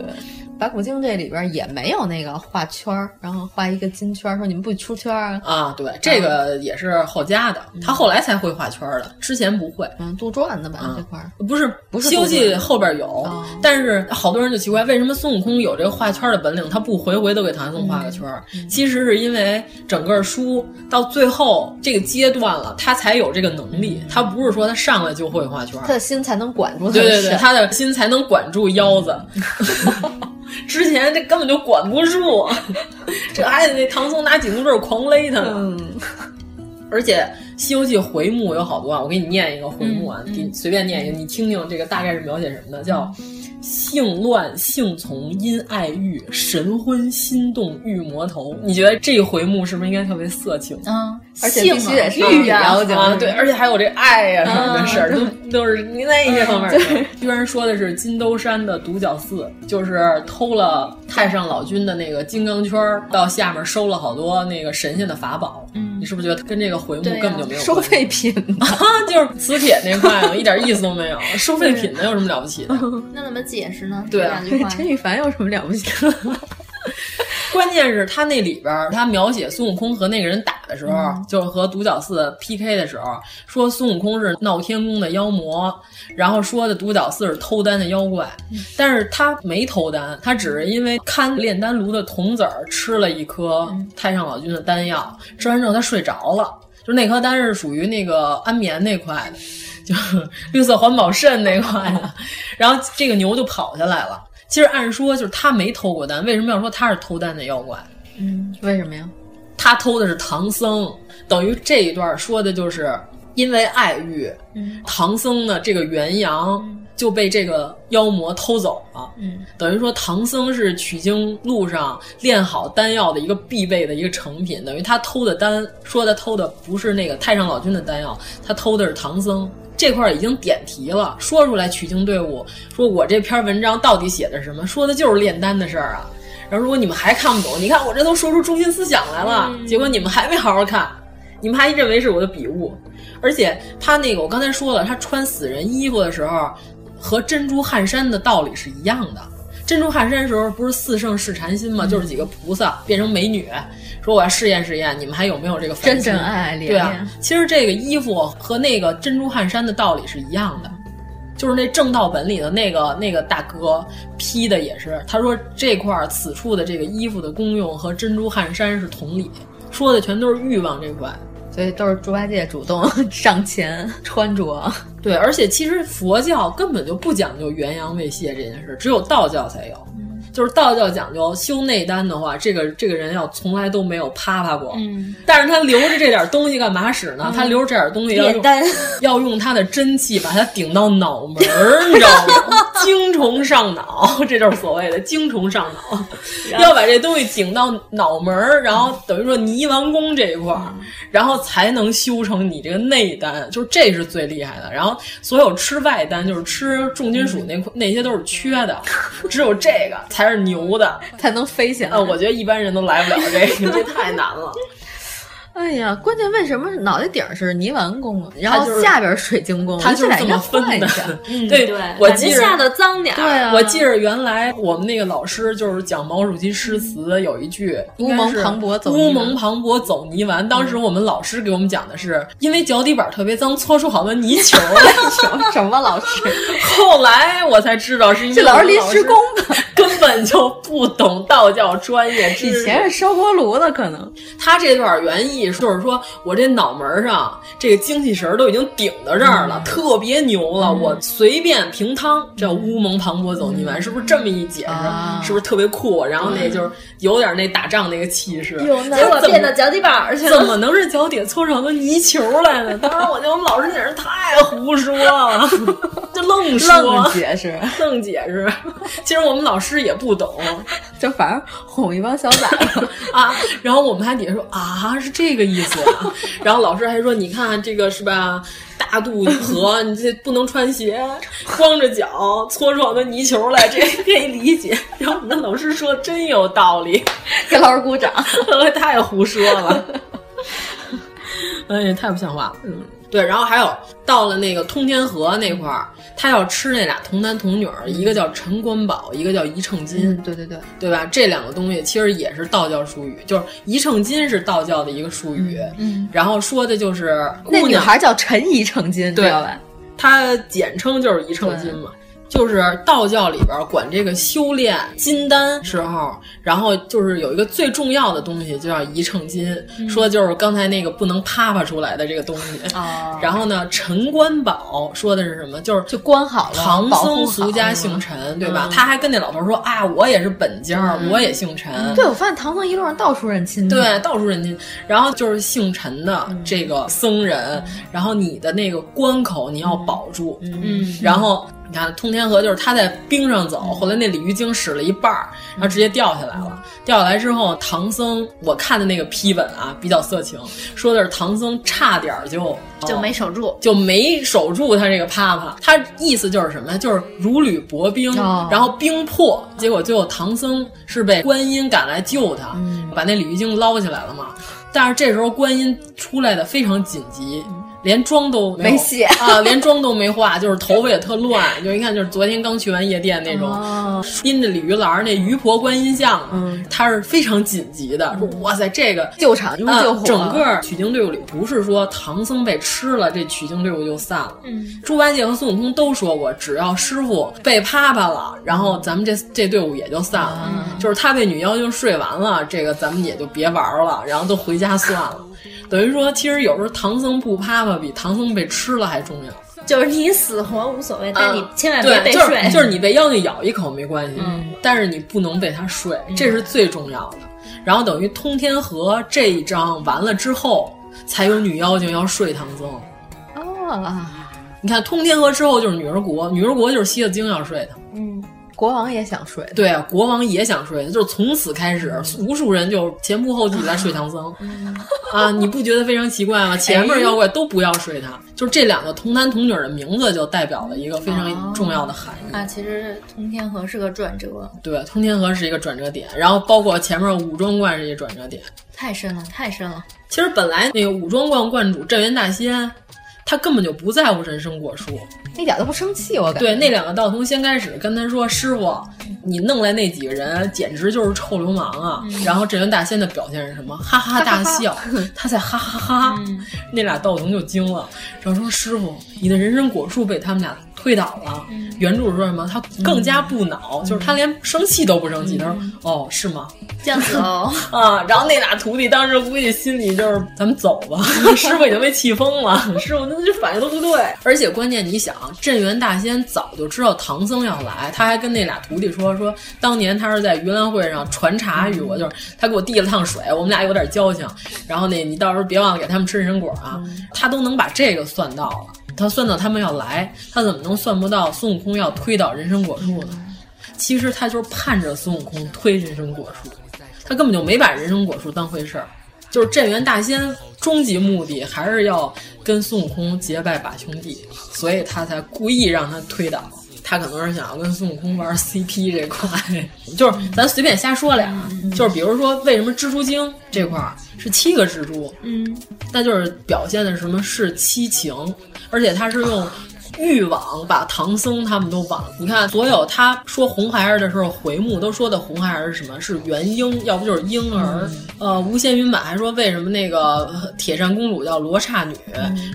白骨精这里边也没有那个画圈儿，然后画一个金圈儿，说你们不许出圈儿啊。
啊，对，这个也是后加的，他后来才会画圈儿的，之前不会。
嗯，杜撰的吧、
啊
这块儿，
不是
不是
西游
杜
记》
撰
后边有，
哦
但是好多人就奇怪，为什么孙悟空有这个画圈的本领，他不回回都给唐僧画个圈儿？
嗯
其实是因为整个书到最后这个阶段了，他才有这个能力，他不是说他上来就会画圈儿
他。的心才能管住他
对
的
对对，
肾
他的心才能管住腰子。之前这根本就管不住，啊这还得那唐僧拿紧箍咒狂勒他呢。而且《西游记》回目有好多啊，我给你念一个回目啊，给你随便念一个，你听听这个大概是描写什么的，叫。性乱性从因爱欲，神昏心动欲魔头。你觉得这回目是不是应该特别色情？
嗯，而且必须得是
啊
玉妖精、
啊，对，而且还有这爱呀、什
嗯
么的事
[LAUGHS]
儿，都都是您那一些方面的。居然说的是金兜山的独角寺，就是偷了太上老君的那个金刚圈儿，到下面收了好多那个神仙的法宝。嗯，你是不是觉得跟这个回目根本就没有
收
关系
废品。
啊？ [LAUGHS] 就是磁铁那块呢，一点意思都没
[LAUGHS]
有。收废品的有什么了不起的？
那怎么解释呢？
对啊
这两句话 [LAUGHS] 陈羽凡有什么了不起？
[LAUGHS] 关键是他那里边儿，他描写孙悟空和那个人打的时候，就是和独角寺 PK 的时候，说孙悟空是闹天宫的妖魔，然后说的独角寺是偷丹的妖怪，但是他没偷丹，他只是因为看炼丹炉的童子儿吃了一颗太上老君的丹药，吃完之后他睡着了。就是那颗丹是属于那个安眠那块的，就是绿色环保肾那块的，然后这个牛就跑下来了。其实按说就是他没偷过丹，为什么要说他是偷丹的妖怪？
为什么呀？
他偷的是唐僧，等于这一段说的就是因为爱欲，唐僧呢这个元阳就被这个妖魔偷走了。
嗯，
等于说唐僧是取经路上炼好丹药的一个必备的一个成品，等于他偷的丹，说他偷的不是那个太上老君的丹药，他偷的是唐僧。这块儿已经点题了，说出来取经队伍，说我这篇文章到底写的是什么？说的就是炼丹的事儿啊。然后如果你们还看不懂，你看我这都说出中心思想来了，
嗯
结果你们还没好好看，你们还认为是我的笔误。而且他那个我刚才说了，他穿死人衣服的时候，和珍珠汗衫的道理是一样的。珍珠汗衫时候不是四圣试禅心
嗯
吗？就是几个菩萨变成美女，说我要试验试验，你们还有没有这个凡
真
心
真爱
对
恋
啊
恋，，
其实这个衣服和那个珍珠汗衫的道理是一样的，就是那正道本里的那个那个大哥批的也是，他说这块儿此处的这个衣服的功用和珍珠汗衫是同理，说的全都是欲望这块。
所以都是猪八戒主动 [LAUGHS] 上前穿着， [LAUGHS]
对，而且其实佛教根本就不讲究元阳卫泄这件事，只有道教才有。就是道教讲究修内丹的话，这个这个人要从来都没有啪啪过，
嗯，
但是他留着这点东西干嘛使呢？他留着这点东西要
炼
用
丹
[LAUGHS] 要用他的真气把它顶到脑门儿，你知道吗？精虫上脑，这就是所谓的精虫上脑，要把这东西顶到脑门儿，然后等于说泥丸宫这一块儿，然后才能修成你这个内丹，就是这是最厉害的。然后所有吃外丹，就是吃重金属那块那些都是缺的，只有这个才是牛的。
才能飞起来。
呃，我觉得一般人都来不了这个，这太难了。
哎呀，关键为什么脑袋顶是泥丸宫，然后
就是
下边水晶宫？
他
我
就
觉得
是这
应
么
该
分
换一
的
下。
嗯，对
对，
[LAUGHS] 我
感觉
记着
下的脏点儿。
对啊，
我记着原来我们那个老师就是讲毛主席诗词有一句“
乌蒙嗯磅礴走泥嗯
乌
丸
蒙磅礴走泥丸”。当时我们老师给我们讲的是，因为脚底板特别脏，搓出好多泥球
[LAUGHS]
来。 [LAUGHS]
着什么老师？
后来我才知道是因为
这老师临时工
的，根本就不懂道教专业知
以
识。
前是烧锅炉的，可能
他这段原意就是说，我这脑门儿上这个精气神儿都已经顶到这儿了，
嗯
特别牛了。我随便平汤，叫乌蒙磅礴走泥丸，是不是这么一解释？
啊
是不是特别酷？然后那就是有点那打仗那个气势。
有呢
结果
我变到脚底板儿去
怎
了。
么能是脚底搓成个泥球来
[LAUGHS]
呢？当时我觉得我们老师简直太胡说了，就愣说
愣解释，
愣解释。其实我们老师也不懂，
就反正哄一帮小崽子。
啊，然后我们还底下说啊，是这个意思、啊。 [LAUGHS] 然后老师还说，你看这个是吧，大肚
[LAUGHS]
河，你这不能穿鞋，光着脚搓出好多泥球来，这可以理解。然后我们的老师说真有道理，
给老师鼓掌。
[LAUGHS] 太胡说了，哎，太不像话了。嗯，对，然后还有到了那个通天河那块儿，他要吃那俩童男童女儿，一个叫陈官宝，一个叫一秤金。
对对对，
[LAUGHS] 对吧？这两个东西其实也是道教术语，就是一秤金是道教的一个术语，
嗯，
然后说的就是
那
姑
女
娘，
孩叫陈怡成金，
对
知道吧？
她简称就是一秤金嘛。就是道教里边管这个修炼金丹时候，然后就是有一个最重要的东西，就叫一秤金，
嗯
说就是刚才那个不能啪啪出来的这个东西。
哦
然后呢，陈官宝说的是什么？就是
就关好了，
唐
保
僧
护好嗯
俗家姓陈，对吧？他还跟那老头儿说啊，我也是本家儿，我也姓陈。
嗯对，我发现唐僧一路上到处认亲嗯戚，
对，到处认亲。然后就是姓陈的这个僧人，然后你的那个关口你要保住。
嗯，
然后你看通天河就是他在冰上走，
嗯
后来那鲤鱼精使了一半儿，然后直接掉下来了。掉下来之后，唐僧我看的那个批文啊比较色情，说的是唐僧差点儿就
嗯
哦
就没守住。
就没守住他这个啪啪。他意思就是什么呀？就是如履薄冰，
哦
然后冰破，结果最后唐僧是被观音赶来救他，
嗯
把那鲤鱼精捞起来了嘛。但是这时候观音出来的非常紧急。连妆都没有
嗯没卸
啊，连妆都没化，就是头发也特
[LAUGHS]
乱，就一看就是昨天刚去完夜店那种，
哦，
拎着鲤鱼篮儿那鱼婆观音像，
嗯
他是非常紧急的，说哇塞，这个
救场如
啊
救火，
整个取经队伍里，不是说唐僧被吃了，这取经队伍就散了。
嗯，
猪八戒和孙悟空都说过，只要师傅被啪啪了，然后咱们这这队伍也就散了。就是他被女妖精睡完了，这个咱们也就别玩了，然后都回家算了。等于说，其实有时候唐僧不啪啪比唐僧被吃了还重要。
就是你死活无所谓，但你
嗯
[LAUGHS] 千万别
对，
被
就
睡。嗯
是就是你被妖精咬一口没关系，但是你不能被它睡，这是最重要的。然后等于通天河这一章完了之后，才有女妖精要睡唐僧。
哦，
你看通天河之后就是女儿国，女儿国就是西子精要睡他。
嗯，
国王也想睡，
对啊，国王也想睡，就是从此开始，
嗯
无数人就前仆后继地在睡唐僧。啊，你不觉得非常奇怪吗？前面妖怪都不要睡他，就是这两个童男童女的名字就代表了一个非
哦
常重要的含义。
那其实通天河是个转折，
对，通天河是一个转折点，然后包括前面武装观是一个转折点。
太深了，太深了。
其实本来那个武装观观主镇元大仙，他根本就不在乎人参果树。
一点都不生
哦
气，我感觉。
对，那两个道童先开始跟他说：“师傅，你弄来那几个人简直就是臭流氓啊！”然后镇元大仙的表现是什么？哈哈大笑，他在哈哈哈。那俩道童就惊了，然后说：“师傅，你的人参果树被他们俩推倒了。原著说什么？他更加不恼，就是他连生气都不生气。他说：“哦，是吗？
这样子哦，
啊！”然后那俩徒弟当时估计心里就是：“咱们走吧，师傅已经被气疯了，师傅那这反应都不对。”而且关键你想，镇元大仙早就知道唐僧要来，他还跟那俩徒弟说：“说当年他是在盂兰会上传茶与我，就是他给我递了趟水，我们俩有点交情。然后那你到时候别忘了给他们吃人参果啊。”他都能把这个算到了。他算到他们要来，他怎么能算不到孙悟空要推倒人参果树呢？其实他就是盼着孙悟空推人参果树，他根本就没把人参果树当回事儿。就是镇元大仙终极目的还是要跟孙悟空结拜把兄弟，所以他才故意让他推倒。他可能是想要跟孙悟空玩 CP 这块，就是咱随便瞎说俩，啊就是比如说为什么蜘蛛精这块儿是七个蜘蛛，
嗯，
那就是表现的什么是七情，而且他是用欲网把唐僧他们都网。你看，所有他说红孩儿的时候，回目都说的红孩儿是什么？是元婴，要不就是婴儿。呃，无限云满还说为什么那个呃铁扇公主叫罗刹女，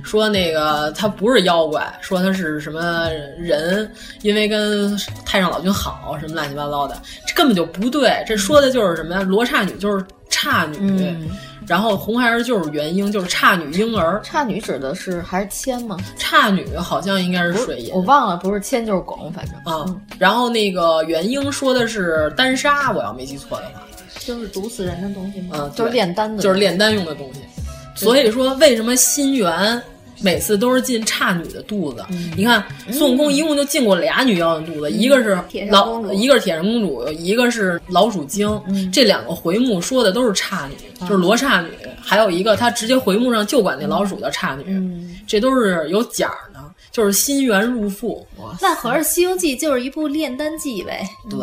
说那个她不是妖怪，说她是什么人，因为跟太上老君好，什么乱七八糟的，这根本就不对。这说的就是什么呀？罗刹女就是刹女。然后红孩儿就是元婴，就是差女婴儿，
差女指的是还是铅吗？
差女好像应该是水银
我忘了，不是铅就是汞，反正
啊、然后那个元婴说的是单杀，我要没记错的话，
就是毒死人的东西吗？
嗯，
就是
对
炼丹的，
就是炼丹用的东西。所以说，为什么心猿每次都是进差女的肚子？
嗯
你看孙悟空一共就进过俩女妖精肚子，一个是
铁扇
老
公，主嗯
一个是铁扇公主，一个是老鼠精。这两个回目说的都是差女，就是罗刹女，还有一个他直接回目上就管那老鼠叫差女，
嗯
这都是有讲儿的，就是心猿入腹。
那合着《西游记》就是一部炼丹记呗？
对，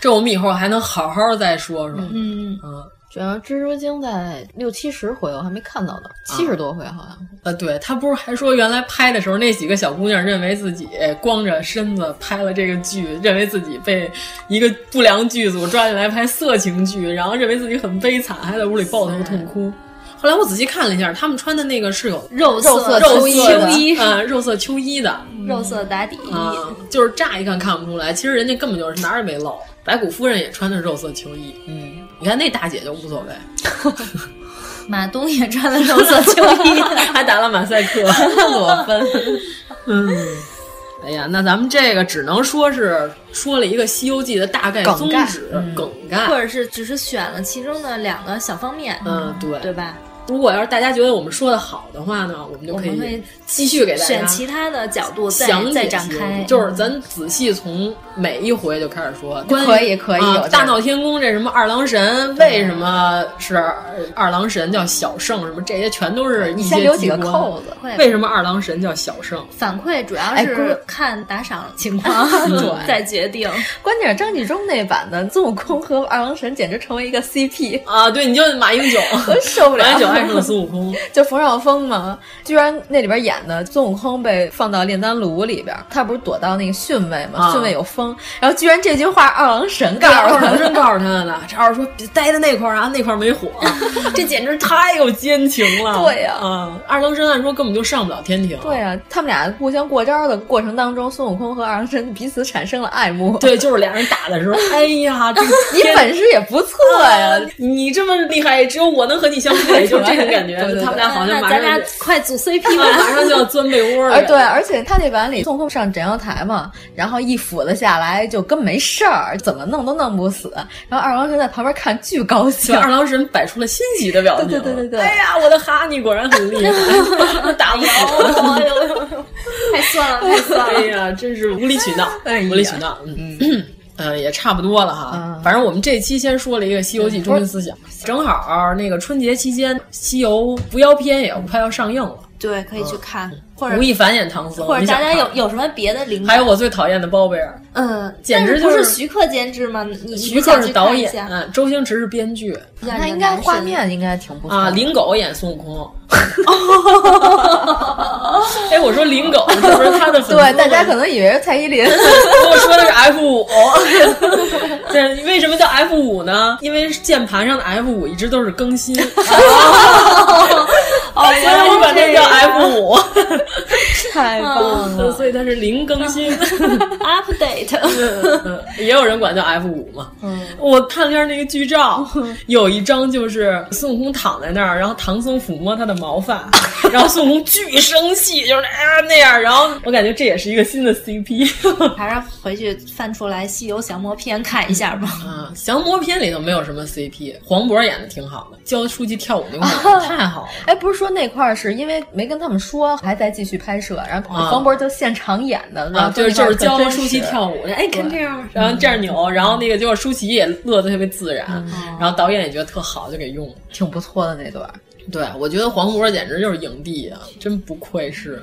这我们以后还能好好再说说。
嗯，
嗯，
主要蜘蛛精在六七十回我还没看到呢，七十多回好像。
呃，对他不是还说原来拍的时候那几个小姑娘认为自己光着身子拍了这个剧，认为自己被一个不良剧组抓进来拍色情剧，然后认为自己很悲惨，还在屋里抱头痛哭。后来我仔细看了一下，他们穿的那个是有
肉嗯
肉色
肉
秋
色
衣
的
秋
衣
啊、肉色秋衣的啊、
肉色打底，
就是乍一看看不出来，其实人家根本就是哪儿也没露。白骨夫人也穿的肉色秋衣，嗯，你看那大姐就无所谓，
马东也穿了肉色秋衣。
还打了马赛克，裸奔。嗯，哎呀，那咱们这个只能说是说了一个《西游记》的大概嗯宗旨梗
或
概。
者是只是选了其中的两个小方面，
嗯，对。
对吧？
如果要是大家觉得我们说的好的话呢，我们就可
我们
以
会
继续给大
选
家
其他的角度再
详解
再展
西游记
开，嗯
就是咱仔细从每一回就开始说。关于
可以可以
啊
有这
大闹天宫这什么二郎神，为什么是二郎神叫小圣？什么这些全都是一
你
些
先留几个
机关
扣子，
会
为什么二郎神叫小圣？
反馈主要
哎
是
哥
看打赏情况
[LAUGHS] 对
再决定。
关键是张纪中那版的孙悟空和二郎神简直成为一个 CP，
啊，对，你就马英九，
[LAUGHS] 我受不了。
马英九爱上了孙悟空，
[LAUGHS] 就冯绍峰嘛，居然那里边演的孙悟空被放到炼丹炉里边，他不是躲到那个巽位嘛，
啊
巽位有风，然后居然这句话二郎神告
告诉
诉
唐
他，
僧告诉他呢， [LAUGHS] 这二说别待在那块儿啊，那块儿
[LAUGHS]
没火，这简直太有奸情了。
对呀
啊，二郎神按说根本就上不了天庭。
[LAUGHS] 对啊，他们俩互相过招的过程当中，孙悟空和二郎神彼此产生了爱慕，
对，就是俩人打的
[LAUGHS]
时候，哎呀，这
你本事也不错呀，
你这么厉害，只有我能和你相配，就是这种感
[LAUGHS]
觉。
对对对
他们俩好像
那
马
咱
上
俩
就
快组 CP 吧。
[LAUGHS] 马上就要钻被窝了
[LAUGHS] 而。啊对，而且他那版里孙悟空上斩妖台嘛，然后一斧子下来就跟没事儿，怎么弄都弄不死。然后二郎神在旁边看，巨高
就
兴。
二郎神摆出了欣喜的表情。
对对对对对
哎呀，我的哈尼果然很
[LAUGHS]
厉害，打不死。
哎呦，太算了，太算
[LAUGHS] 哎
了。
呀，真是无理取闹，
哎呀
无理取闹。嗯， [CLEARS THROAT] 呃，也差不多了
嗯
哈。反正我们这期先说了一个《西游记》中心思想，正好儿那个春节期间，《西游伏妖篇》也快要上映了，
[LAUGHS] 对，可以去看，或者
吴亦凡演唐僧，
或者
嗯你想
大家
看
有有什么别的灵
还
感？
有我最讨厌的包贝尔，
嗯，
简直
但不
就是
是徐克监制吗？你你
徐
不
克
想
是
去
导
看一
演啊嗯
下？，
周星驰是编剧
那应该画面应该挺不错
啊，林狗演孙悟
[LAUGHS]
空。 [LAUGHS] 哎，我说林狗是不是他的粉丝
对，大家
们
可能以为是蔡依林，
跟我说的是 F 五，哦对，为什么叫 F 五呢？因为键盘上的 F 五一直都是更新，
哦
[LAUGHS] 所以我管它叫 F 五。
[LAUGHS] 太棒了，
所以它是零更新
[LAUGHS]
[LAUGHS] 嗯
，update，嗯
也有人管叫 F 五嘛。我看了一下那个剧照，有一张就是孙悟空躺在那儿，然后唐僧抚摸他的毛发， [LAUGHS] 然后孙悟空巨生气，就是啊那样。然后我感觉这也是一个新的 CP，
还是回去翻出来《西游降魔篇》看一下吧。
啊，降魔篇里头没有什么 CP，黄渤演的挺好的，教书记跳舞那块、啊、太好了。
哎，不是说那块是因为没跟他们说，还在继续拍摄，然后黄渤就现场演的， [LAUGHS]
啊，对，就是教
舒
淇跳舞，哎，
跟这样，嗯
然后这样扭，然后那个结果舒淇也乐得特别自然，然后导演也觉得特好，就给用了，
挺不错的那段。
对，我觉得黄渤简直就是影帝啊，真不愧是，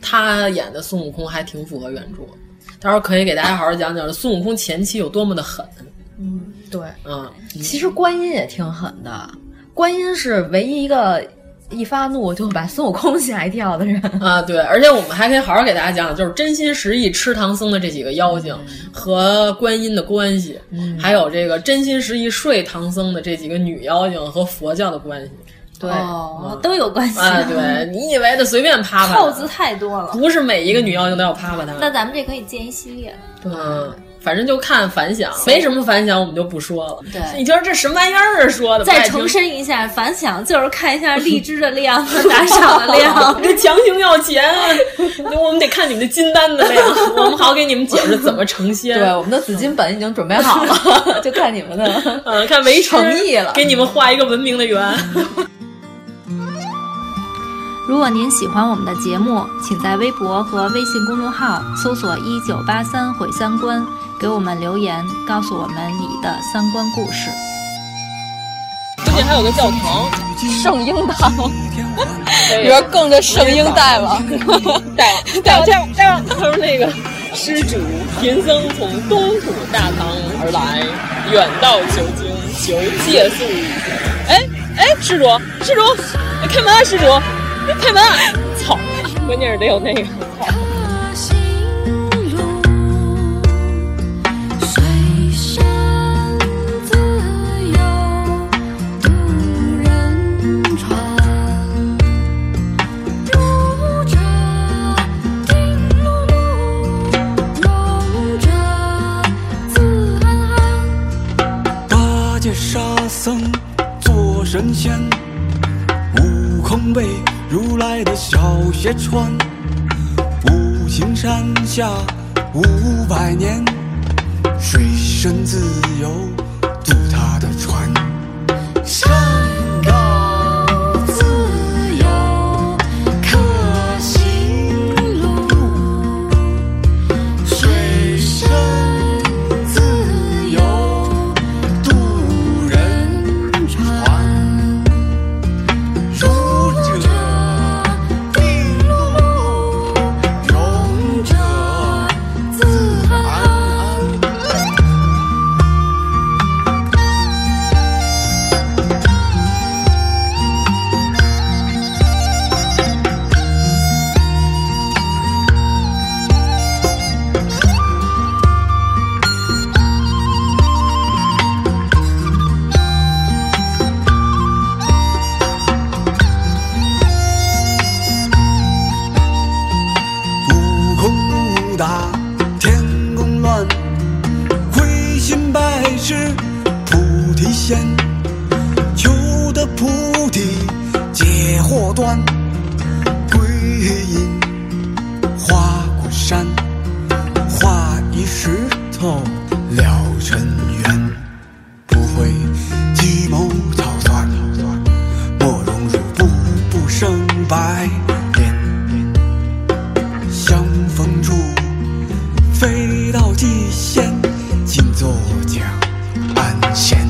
他演的孙悟空还挺符合原著，到时候可以给大家好好讲讲孙悟空前期有多么的狠。
嗯，对，
嗯，
其实观音也挺狠的，观音是唯一一个。一发怒就把孙悟空吓一跳的人
[LAUGHS] 啊，对，而且我们还可以好好给大家讲讲，就是真心实意吃唐僧的这几个妖精
嗯
和观音的关系，嗯、还有这个真心实意睡唐僧的这几个女妖精和佛教的关系。
对，
哦、都有关系
啊！对你以为的随便啪啪，
扣子太多了，
不是每一个女妖精都要啪啪他。
那咱们这可以建一系列。
嗯，反正就看反响，没什么反响我们就不说了。
对，
你觉得这什么玩意儿啊说的？
再重申一下，反响就是看一下荔枝的量和打赏的量。
[LAUGHS] 这强行要钱，啊 [LAUGHS] 我们得看你们的金单的量，我们好给你们解释怎么成仙。
对，我们的紫金本已经准备好了，
[LAUGHS]
就看你们的，
嗯，看没
诚意了，
给你们画一个文明的圆。
如果您喜欢我们的节目，请在微博和微信公众号搜索“一九八三毁三观”，给我们留言，告诉我们你的三观故事。
最近还有个教堂，
圣婴堂，里边供着圣婴大王，
大大王大王，他说那个施主贫僧从东土大唐而来，远道求经，求借宿。哎哎，施主施主，开门啊，施主！开门！啊操，关键是得有那个。
八戒、沙僧做神仙，悟空被。如来的小鞋穿，五行山下五百年，水深自由渡他的船。
山高自有可行路，水深自有渡人船。儒者。勇者自安。
悟空怒打天宫乱，灰心拜师菩提仙，求得菩提解祸端，归隐花果山，化一石头了尘缘，不会计谋操算，莫容辱不不生白莲。相逢处，飞到蓟县，今作桨安闲。